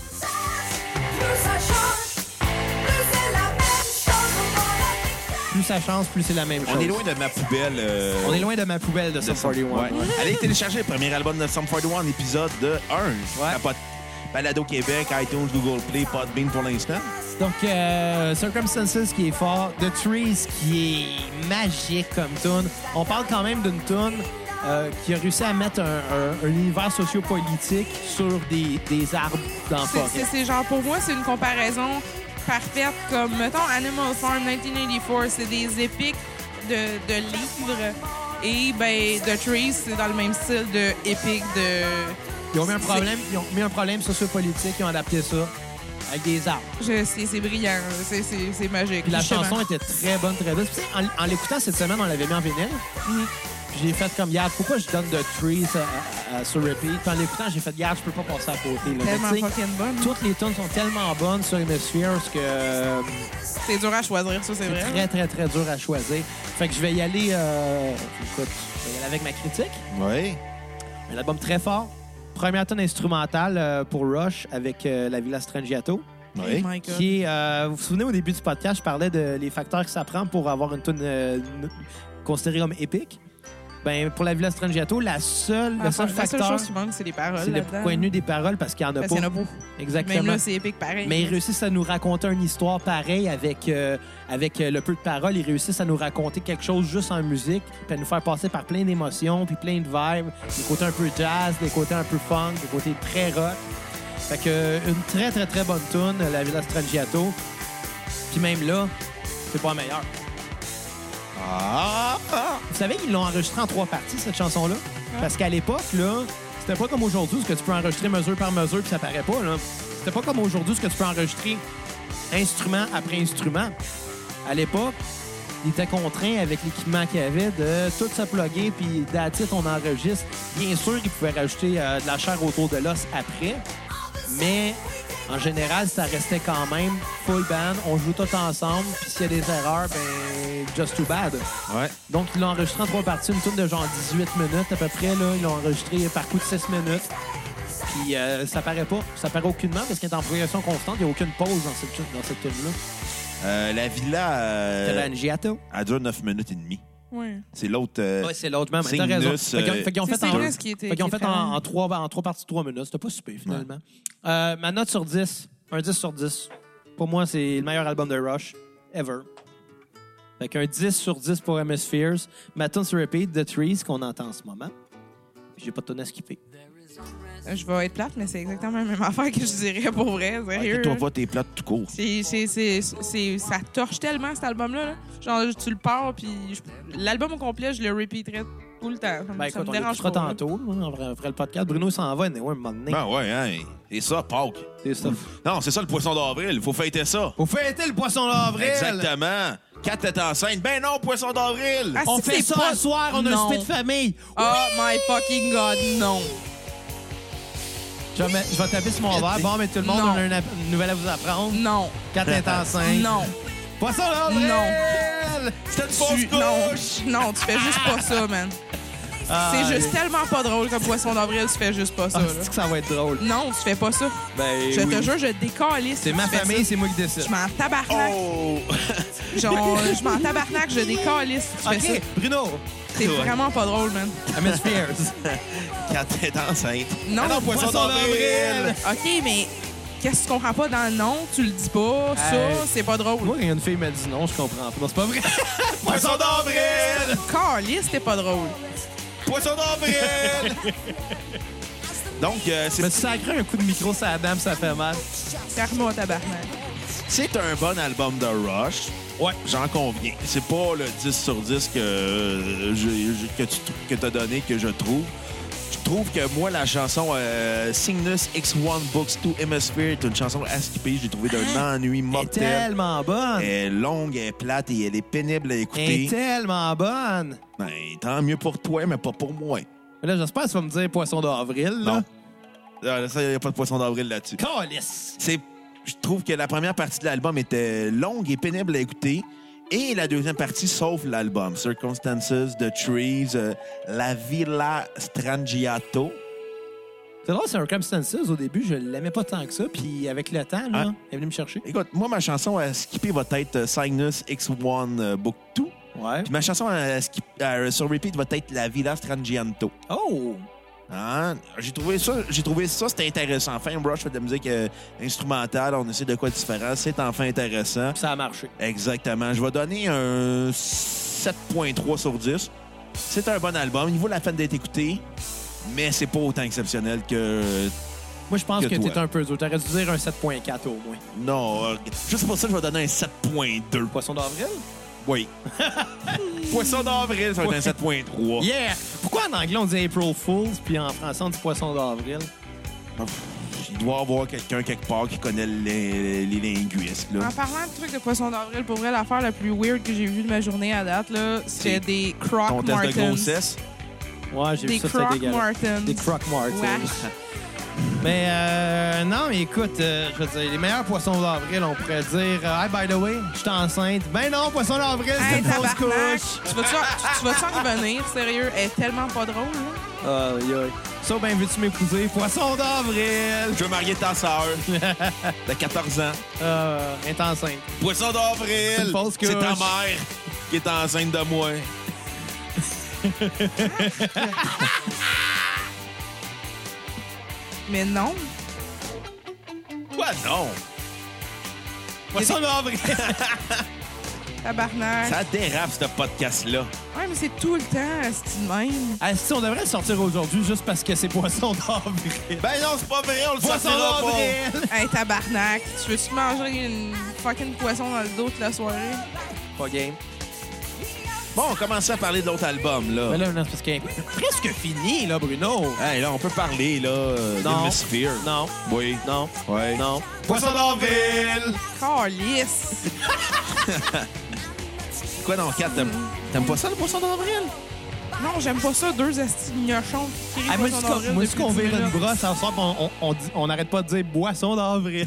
D: Plus ça change, plus c'est la même chose. On va la déclarer.
A: Plus ça change, plus c'est la même chose.
B: on est loin de ma poubelle. euh,
A: On est loin de ma poubelle de
B: de
A: Sum
B: Sum
A: 41.
B: Ouais. Allez télécharger le premier album de Sum 41, épisode de 1.
A: Ouais.
B: Balado Québec, iTunes, Google Play, Podbean pour l'instant.
A: Donc, euh, Circumstances qui est fort, The Trees qui est magique comme tune. On parle quand même d'une tune euh, qui a réussi à mettre un, un- un univers sociopolitique sur des, des arbres dans la
C: C'est-
A: forêt.
C: C'est c'est genre, pour moi, c'est une comparaison parfaite. Comme, mettons, Animal Farm 1984, c'est des épiques de, de livres. Et, ben, The Trees, c'est dans le même style de épique de.
A: Ils ont mis un problème, ils ont mis un problème sociopolitique, ils ont adapté ça avec des arbres.
C: Je sais, c'est brillant. C'est- C'est c'est magique.
A: Puis la
C: Justement.
A: chanson était très bonne, très bonne. Puis, tu sais, en, en l'écoutant cette semaine, on l'avait mis en vinyle.
C: Mhm.
A: Puis j'ai fait comme, Yad, pourquoi je donne The Trees à- à- à- sur repeat? Puis en l'écoutant, j'ai fait, Yad, je peux pas passer à côté. là.
C: Tellement
A: Mais tu sais,
C: fucking bonne.
A: Toutes les tunes sont tellement bonnes sur Hemispheres que euh,
C: C'est dur à choisir, ça, c'est
A: c'est
C: vrai.
A: très, très, très dur à choisir. Fait que je vais y aller, euh, écoute, je vais y aller avec ma critique.
B: Oui.
A: Un album très fort. Première tune instrumentale euh, pour Rush avec euh, la Villa Strangiato.
B: Oui.
C: Oh my God.
A: Qui est, euh, vous vous souvenez, au début du podcast, je parlais de les facteurs que ça prend pour avoir une tune euh, n- considérée comme épique. Ben, pour la Villa Strangiato, la seule, le
C: Ah, La
A: seul
C: seule, la seule
A: facteur,
C: chose qui manque, c'est les paroles.
A: c'est le
C: là-dedans.
A: contenu des paroles parce qu'il n'y en a
C: Parce
A: pas.
C: qu'il y en a beaucoup. Même
A: Exactement.
C: là, c'est épique pareil.
A: Mais ils réussissent à nous raconter une histoire pareille avec, euh, avec euh, le peu de paroles. Ils réussissent à nous raconter quelque chose juste en musique, puis à nous faire passer par plein d'émotions, puis plein de vibes, des côtés un peu jazz, des côtés un peu funk, des côtés très rock. Fait que euh, une très, très, très bonne tune, la Villa Strangiato. Puis même là, c'est pas la meilleure.
B: Ah! ah.
A: Vous savez, ils l'ont enregistrée en trois parties, cette chanson-là. Parce qu'à l'époque, là, c'était pas comme aujourd'hui, ce que tu peux enregistrer mesure par mesure, puis ça paraît pas, là. C'était pas comme aujourd'hui, ce que tu peux enregistrer instrument après instrument. À l'époque, il était contraint avec l'équipement qu'il avait de tout se plugger, puis d'attitude, on enregistre. Bien sûr, il pouvait rajouter euh, de la chair autour de l'os après, mais en général, ça restait quand même full band. On joue tout ensemble, puis s'il y a des erreurs, ben, just too bad.
B: Ouais.
A: Donc, ils l'ont enregistré en trois parties, une tourne de genre 18 minutes à peu près. Là. Ils l'ont enregistré par coup de 6 minutes. Puis euh, ça paraît pas, ça paraît aucunement parce qu'elle est en progression constante. Il n'y a aucune pause dans cette, dans cette tune-là.
B: Euh, la villa,
A: C'est
B: euh, elle dure 9 minutes et demie.
C: Ouais.
B: C'est l'autre. euh,
A: Ouais, c'est l'autre même.
B: C'est
A: T'as raison.
B: Nus,
A: Fait qu'ils ont-
B: euh,
A: fait qu'ils ont
C: C'est
A: fait en,
C: Nus qui était-
A: fait qu'ils ont
C: qui
A: fait
C: était
A: en,
C: là.
A: en trois, en trois parties de trois minutes. C'était pas super finalement. Euh, ma note sur 10, un 10 sur 10. Pour moi, c'est le meilleur album de Rush ever. Fait qu'un 10 sur 10 pour MS Fears. Ma tune sur repeat, The Trees, qu'on entend en ce moment. Puis J'ai pas de tune à skipper.
C: Euh, Je vais être plate, mais c'est exactement la même affaire que je dirais pour vrai, sérieux.
B: Inquiète-toi pas, t'es plate tout court.
C: C'est- c'est- c'est- c'est- ça torche tellement cet album-là. là. Genre, tu le pars, puis je- l'album au complet, je le repeaterais tout le temps. Ça me-
A: Ben
C: ça me
A: écoute, on
C: dérange
A: l'écoutera
C: pas.
A: tantôt. hein, On fera on fera le podcast. Bruno s'en va, anyway, un moment donné.
B: Ben ouais, hein. Et ça, Pâques.
A: C'est ça.
B: Non, c'est ça le poisson d'avril. Faut fêter ça.
A: Vous fêtez le poisson d'avril!
B: Exactement. Kat est enceinte. Ben non, poisson d'avril.
C: Ah,
A: On
C: c'est
A: fait ça
C: pas-
A: ce soir, on a
C: Non.
A: un souper de famille.
C: Oh my fucking god, non.
A: Je vais, je vais taper sur mon verre. Bon, mais tout le monde
C: Non.
A: on a Hein? une, app- une nouvelle à vous apprendre.
C: Non.
A: Quand est enceinte.
C: Non.
A: Poisson d'avril!
C: Non.
B: C'était une
C: Tu-
B: fausse
C: non.
B: couche.
C: Non, tu fais juste pas ça, man.
A: Ah,
C: C'est juste tellement pas drôle comme poisson d'avril, tu fais juste pas ça.
A: Ah,
C: là.
A: c'est que ça va être drôle.
C: Non, tu fais pas ça.
A: Ben,
C: je te
A: oui.
C: jure, je décalisse.
A: C'est ma famille, c'est moi qui décide.
C: Je m'en tabarnak.
B: Oh!
C: Genre, je m'en tabarnak, je décalisse. Tu fais
A: OK,
C: ça.
A: Bruno,
C: C'est
B: Ouais.
C: vraiment pas drôle, man.
A: Miss Fears.
B: Kat est enceinte.
C: Non,
B: Ah non, poisson
A: Poisson
B: d'avril.
A: d'avril.
C: OK, mais qu'est-ce que tu comprends pas dans le nom? Tu le dis pas.
A: Hey.
C: Ça, c'est pas drôle.
A: Moi, quand une fille m'a dit non, je comprends pas. Non, c'est pas vrai.
B: Poisson d'avril!
C: Calisse, c'est pas drôle.
B: Poisson d'avril! Donc, euh,
A: Mais
B: c'est-
A: tu sacré un coup de micro sur la dame, ça fait mal.
C: Ferme-moi, tabarnak.
B: c'est un bon album de Rush.
A: Ouais.
B: J'en conviens. C'est pas le 10 sur 10 que, euh, j'ai- j'ai- que tu trou- que t'as donné que je trouve. Je trouve que moi, la chanson euh, Cygnus X1 Books 2 Hemisphere est une chanson à skipper. J'ai trouvé d'un
A: Hein? Elle
B: ennui
A: est
B: mortel.
A: tellement bonne.
B: Elle est longue, elle est plate et elle est pénible à
A: Elle est
B: écouter.
A: tellement bonne.
B: Ben, tant mieux pour toi, mais pas pour moi.
A: Mais là, j'espère que tu vas me dire poisson d'avril.
B: Non. Ah, Ça, il n'y a pas de poisson d'avril là-dessus.
A: Calice.
B: C'est, je trouve que la première partie de l'album était longue et pénible à écouter. Et la deuxième partie sauve l'album. Circumstances, The Trees, euh, La Villa Strangiato.
A: C'est drôle, Circumstances, au début, je l'aimais pas tant que ça. Puis avec le temps, là,
B: Ah.
A: elle est venue me chercher.
B: Écoute, moi, ma chanson à skipper va être euh, Cygnus X1 euh, Book 2.
A: Ouais.
B: Puis ma chanson à skip- à- euh, sur repeat va être La Villa Strangiato.
A: Oh!
B: Hein? J'ai trouvé ça, j'ai trouvé ça, c'était intéressant. Enfin, Rush fait de la musique euh, instrumentale, on essaie de quoi de différent, c'est enfin intéressant.
A: Ça a marché.
B: Exactement. Je vais donner un 7.3 sur 10. C'est un bon album. Il vaut la peine d'être écouté, mais c'est pas autant exceptionnel que.
A: Moi, je pense
B: Que
A: que,
B: toi.
A: t'es un peu dur. T'aurais dû dire un 7.4 au moins.
B: Non. euh, Juste pour ça, je vais donner un 7.2.
A: Poisson d'avril?
B: Oui. Poisson d'avril, ça va être un 7.3.
A: Yeah! Pourquoi en anglais on dit April Fools, puis en français on dit poisson d'avril?
B: Il doit y avoir quelqu'un quelque part qui connaît les, les linguistes. Là.
C: En parlant de trucs de poisson d'avril, pour vrai, l'affaire la plus weird que j'ai vue de ma journée à date, là,
B: C'est
C: c'est des Croc
A: Ah,
B: Ton test de
C: Martens.
B: grossesse.
A: Ouais, j'ai vu
C: Des
A: ça, c'était
C: Croc
A: dégueulasse.
C: Martens.
A: Des Croc Martens.
C: Ouais.
A: Mais euh, non, mais écoute, euh, je veux dire, les meilleurs poissons d'avril, on pourrait dire euh, Hey, by the way, je suis enceinte. Ben non, poisson d'avril, c'est
C: Hey,
A: une fausse
C: tabarnak!
A: couche.
C: Tu vas-tu en- tu vas-tu en revenir, sérieux? Elle est tellement pas drôle, là.
A: Aïe, aïe. Ça, ben, veux-tu m'épouser? Poisson d'avril!
B: Je veux marier ta sœur de 14 ans.
A: Euh, elle est enceinte. C'est
B: Poisson
A: une
B: d'avril,
A: fausse
B: c'est ta
A: couche.
B: mère qui est enceinte de moi.
C: Mais non.
B: Quoi, non?
A: Poisson d'avril.
C: Tabarnak.
B: Ça dérape, ce podcast-là.
C: Ouais, mais c'est tout le temps, c'est de même.
A: Ah, si, on devrait le sortir aujourd'hui juste parce que c'est poisson d'avril.
B: Ben non, c'est pas vrai, on le
A: Poisson
B: sortira pas.
A: d'avril!
C: Hey, tabarnak. Tu veux-tu manger une fucking poisson dans le dos toute la soirée?
B: Pas game. Bon, on commençait à parler de l'autre album, là.
A: Mais Ben là, non, c'est parce qu'il est presque fini, là, Bruno.
B: Hey, là, on peut parler, là, euh,
A: Non.
B: de Miss Fear.
A: Non,
B: Oui.
A: non,
B: Ouais.
A: non. Poisson d'avril!
C: Calice.
B: Quoi, non, Kat, t'aimes t'aimes pas ça, le poisson d'avril?
C: Non, j'aime pas ça, deux astis de gnochons qui crient
A: Ah, moi,
C: poisson
A: si qu'on-
C: d'avril
A: moi, si
C: depuis
A: qu'on
C: dix
A: vire une
C: minutes.
A: brosse en soir, on n'arrête on, dit- on n'arrête pas de dire boisson d'avril.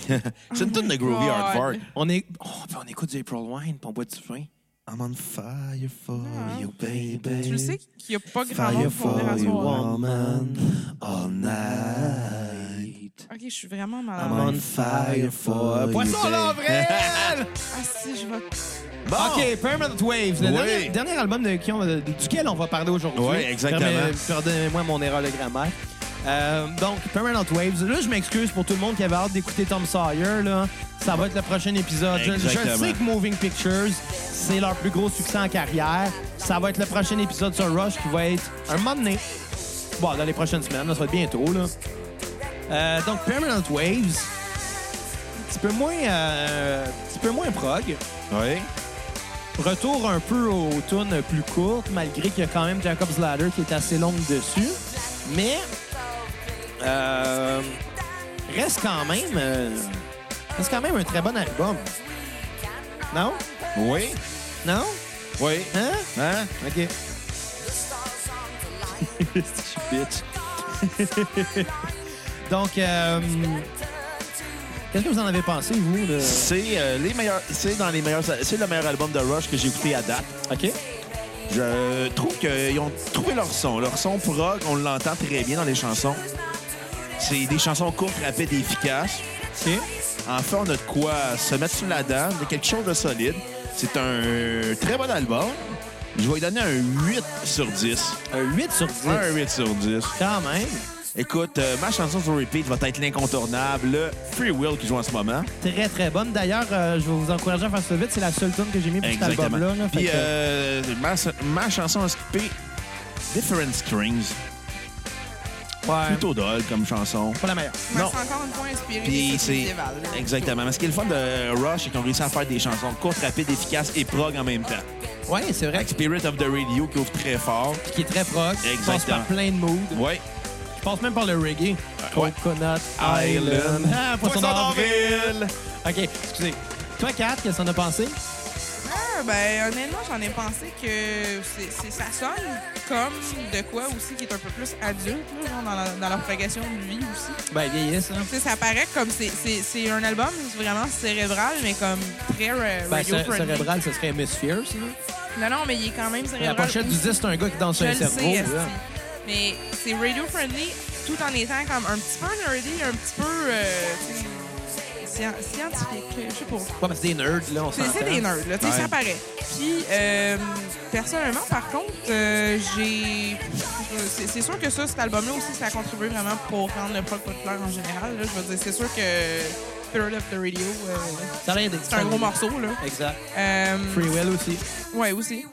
B: C'est une tonne de groovy
C: God.
B: hardcore.
A: on, est, oh, puis on écoute du April Wine, puis on boit du vin.
B: I'm on fire for you,
C: Ah, Tu
B: baby.
C: le sais qu'il y a pas grand monde pour venir à ce soir.
B: woman, all night.
C: Ok, je suis vraiment
A: Ah,
C: malade.
A: on fire for Poisson d'avril!
C: Ah si, je vais...
B: Bon.
A: OK, Permanent Waves, le
B: Oui.
A: dernier, dernier album de qui on- de- duquel on va parler aujourd'hui.
B: Oui, exactement.
A: Permet- Pardonnez-moi mon erreur de grammaire. Euh, donc, Permanent Waves. Là, je m'excuse pour tout le monde qui avait hâte d'écouter Tom Sawyer. Là. Ça va être le prochain épisode. Je, je
B: Exactement.
A: sais que Moving Pictures, c'est leur plus gros succès en carrière. Ça va être le prochain épisode sur Rush qui va être un moment donné. Bon, dans les prochaines semaines, là, ça va être bientôt. Là. Euh, donc, Permanent Waves, un petit peu moins, euh, un petit peu moins prog.
B: Oui.
A: Retour un peu aux tunes plus courtes, malgré qu'il y a quand même Jacob's Ladder qui est assez longue dessus. Mais euh, reste quand même euh, reste quand même un très bon album. Non?
B: Oui.
A: Non?
B: Oui.
A: Hein?
B: Hein?
A: OK. Donc, euh, qu'est-ce que vous en avez pensé, vous? De...
B: C'est euh, les meilleurs. C'est dans les meilleurs. C'est le meilleur album de Rush que j'ai écouté à date.
A: OK.
B: Je trouve qu'ils ont trouvé leur son. Leur son prog, on l'entend très bien dans les chansons. C'est des chansons courtes, rapides et efficaces.
A: OK.
B: Enfin, on a de quoi se mettre sous la dent, de quelque chose de solide. C'est un très bon album. Je vais lui donner un 8 sur 10.
A: Un 8 sur 10.
B: Un 8 sur 10.
A: Quand même.
B: Écoute, euh, ma chanson sur repeat va être l'incontournable, le Free Will qui joue en ce moment.
A: Très, très bonne. D'ailleurs, euh, je vais vous encourager à faire ça vite. C'est la seule tune que j'ai mis pour cet
B: Exactement.
A: album-là. là. Fait
B: Puis
A: que-
B: euh, ma, ma chanson à skipper, Different Strings.
A: Ouais.
B: Plutôt dole comme chanson.
A: Pas la meilleure.
C: Mais
B: Non.
C: c'est encore une fois inspiré
B: Puis
C: des
B: c'est-
C: trucs médiévales. là.
B: Exactement. Mais ce qui est le fun de Rush, c'est qu'on réussit à faire des chansons courtes, rapides, efficaces et prog en même temps.
A: Ouais, c'est vrai.
B: Avec Spirit of the Radio qui ouvre très fort.
A: Qui est très proche. Qui passe
B: Exactement.
A: par plein de moods.
B: Ouais.
A: Je passe même par le reggae.
B: ouais.
A: Coconut Island. Ah, poisson d'avril. OK, excusez. Toi, Kat, qu'est-ce qu'on a pensé?
C: Ah, ben, honnêtement, j'en ai pensé que c'est c'est- ça sonne comme de quoi aussi qui est un peu plus adulte, là, genre dans, la, dans leur progression de vie aussi.
A: Ben, vieillisse, hein?
C: Tu sais, ça paraît comme c'est- c'est c'est un album vraiment cérébral, mais comme très euh,
A: Ben, cé-
C: radio-friendly.
A: cérébral, ce serait Miss Fierce. là.
C: Non, non, mais il est quand même
A: La
C: cérébral.
A: pochette du
C: aussi.
A: 10, c'est un gars qui danse
C: Je
A: sur un
C: le
A: cerveau.
C: sais, esti.
A: là.
C: Mais c'est radio-friendly tout en étant comme un petit peu nerdy, un petit peu euh, tu sais, scien- scientifique, je sais pas.
A: Ouais, mais c'est des nerds, là, on
C: C'est
A: s'entend.
C: c'est des nerds, là, tu sais,
B: Ouais.
C: ça paraît. Puis, euh, personnellement, par contre, euh, j'ai. je- C'est c'est sûr que ça, cet album-là aussi, ça a contribué vraiment pour rendre le prog populaire en général. là. Je veux dire, c'est sûr que Spirit of the Radio, euh,
A: Ça l'aide.
C: c'est un gros morceau, là.
A: Exact.
C: Euh,
A: Free Will aussi.
C: ouais, aussi.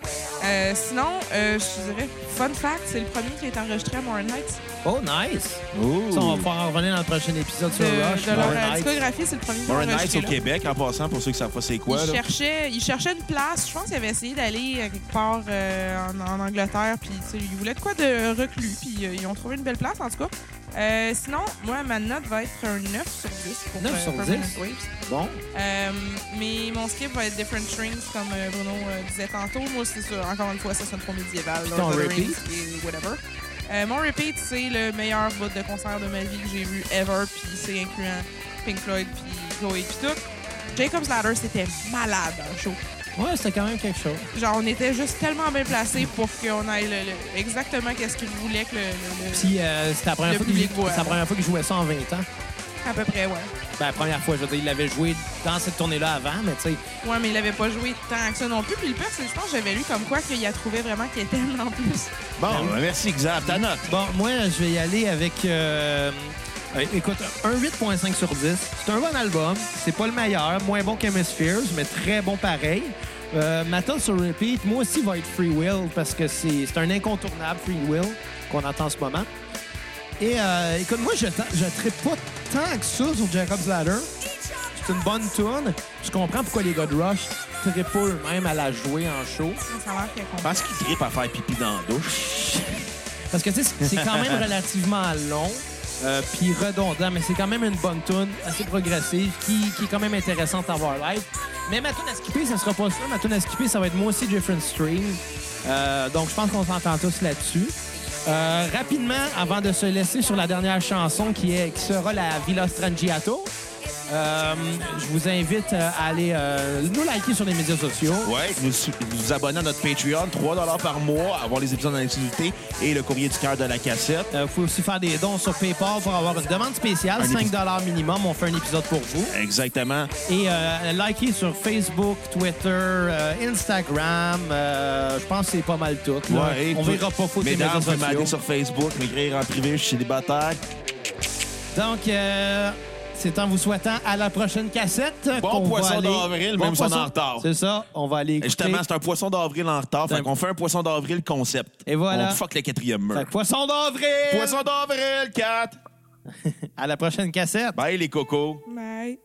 C: Euh, sinon, euh, je dirais, fun fact, c'est le premier qui a été enregistré à Modern Nights.
A: Oh, nice.
B: Ouh.
A: Ça, on va pouvoir revenir dans le prochain épisode sur
C: De,
A: Rush.
C: de leur
A: Modern
C: euh,
A: Nights.
C: discographie, c'est le premier qui a
B: Warren Nights
C: enregistré.
B: au
C: là.
B: Québec, en passant, pour ceux qui savent pas c'est quoi.
C: il,
B: là.
C: cherchait, il cherchait une place. Je pense qu'il avait essayé d'aller euh, quelque part euh, en, en Angleterre. Puis, tu sais, il voulait de quoi de reclus. Puis, euh, ils ont trouvé une belle place, en tout cas. Euh, sinon, moi, ma note va être un 9 sur 10 pour
A: 9
C: euh,
A: sur 10?
C: Permanent Waves.
A: Bon.
C: Euh, mais mon skip va être Different Strings, comme euh, Bruno euh, disait tantôt. Moi, c'est sûr, encore une fois, ça sonne trop médiéval.
A: Puis
C: là,
A: ton
C: The
A: repeat?
C: Rings et whatever. Euh, mon repeat, c'est le meilleur bout de concert de ma vie que j'ai vu ever. Puis, c'est incluant Pink Floyd, puis Chloé, puis tout. Jacob's Ladder, c'était malade un show.
A: Ouais, c'était quand même quelque chose.
C: Genre, on était juste tellement bien placés pour qu'on aille le- le- exactement qu'est-ce qu'ils voulaient que le... le- le-
A: Puis euh, c'était la première
C: Le
A: fois qu'il
C: public voit.
A: c'est la première fois qu'il jouait ça en 20 ans.
C: À peu près, ouais.
F: Ben, la première fois, je veux dire, il l'avait joué dans cette tournée-là avant, mais tu sais,
C: Ouais, mais il avait pas joué tant que ça non plus. Puis le pire, c'est que je pense que j'avais lu comme quoi qu'il a trouvé vraiment qu'il était en plus.
B: Bon, ben, merci, Xav. Ta note.
A: Bon, moi, je vais y aller avec. euh, euh, écoute, un 8.5 sur 10. C'est un bon album. C'est pas le meilleur. Moins bon qu'Hemispheres, mais très bon pareil. Euh, ma tune sur Repeat, moi aussi, va être Free Will parce que c'est c'est un incontournable Free Will qu'on entend en ce moment. Et euh, écoute, moi, je ne traite pas tant que ça sur Jacob's Ladder. C'est une bonne tune. Je comprends pourquoi les gars de Rush ne pas eux-mêmes à la jouer en show.
C: Ça a l'air qu'il a compris.
B: Parce qu'il trippe à faire pipi dans la douche.
A: Parce que, tu sais, c'est quand même relativement long, euh, puis redondant, mais c'est quand même une bonne tune, assez progressive, qui, qui est quand même intéressante à voir live. Mais ma tune à skipper, ça sera pas ça. Ma tune à skipper, ça va être moi aussi Different Stream. Euh, donc, je pense qu'on s'entend tous là-dessus. Euh, rapidement, avant de se laisser sur la dernière chanson qui, est, qui sera la Villa Strangiato, euh, je vous invite euh, à aller euh, nous liker sur les médias sociaux.
B: Ouais, nous sou- vous abonner à notre Patreon, 3 par mois, avoir les épisodes en exclusivité et le courrier du cœur de la cassette.
A: Euh, vous pouvez aussi faire des dons sur PayPal pour avoir une demande spéciale,
B: Un
A: 5
B: épisode.
A: minimum. On fait un épisode pour vous.
B: Exactement.
A: Et euh, likez sur Facebook, Twitter, euh, Instagram. euh, je pense que c'est pas mal tout. là.
B: et
A: On
B: tout-
A: verra pas foutre les
B: Mesdames,
A: médias
B: vous pouvez m'aller
A: sociaux.
B: sur Facebook, m'écrire en privé, je suis célibataire.
A: Donc, euh, c'est en vous souhaitant à la prochaine cassette.
B: Bon
A: qu'on va
B: poisson
A: aller-
B: d'avril, même si on est en
A: poisson-
B: retard.
A: C'est ça, on va aller
B: Et
A: écouter.
B: justement, c'est un poisson d'avril en retard. Fait qu'on fait un poisson d'avril concept.
A: Et voilà.
B: On fuck le quatrième mur.
A: Fait que poisson d'avril!
B: Poisson d'avril, 4.
A: À la prochaine cassette!
B: Bye les cocos.
C: Bye.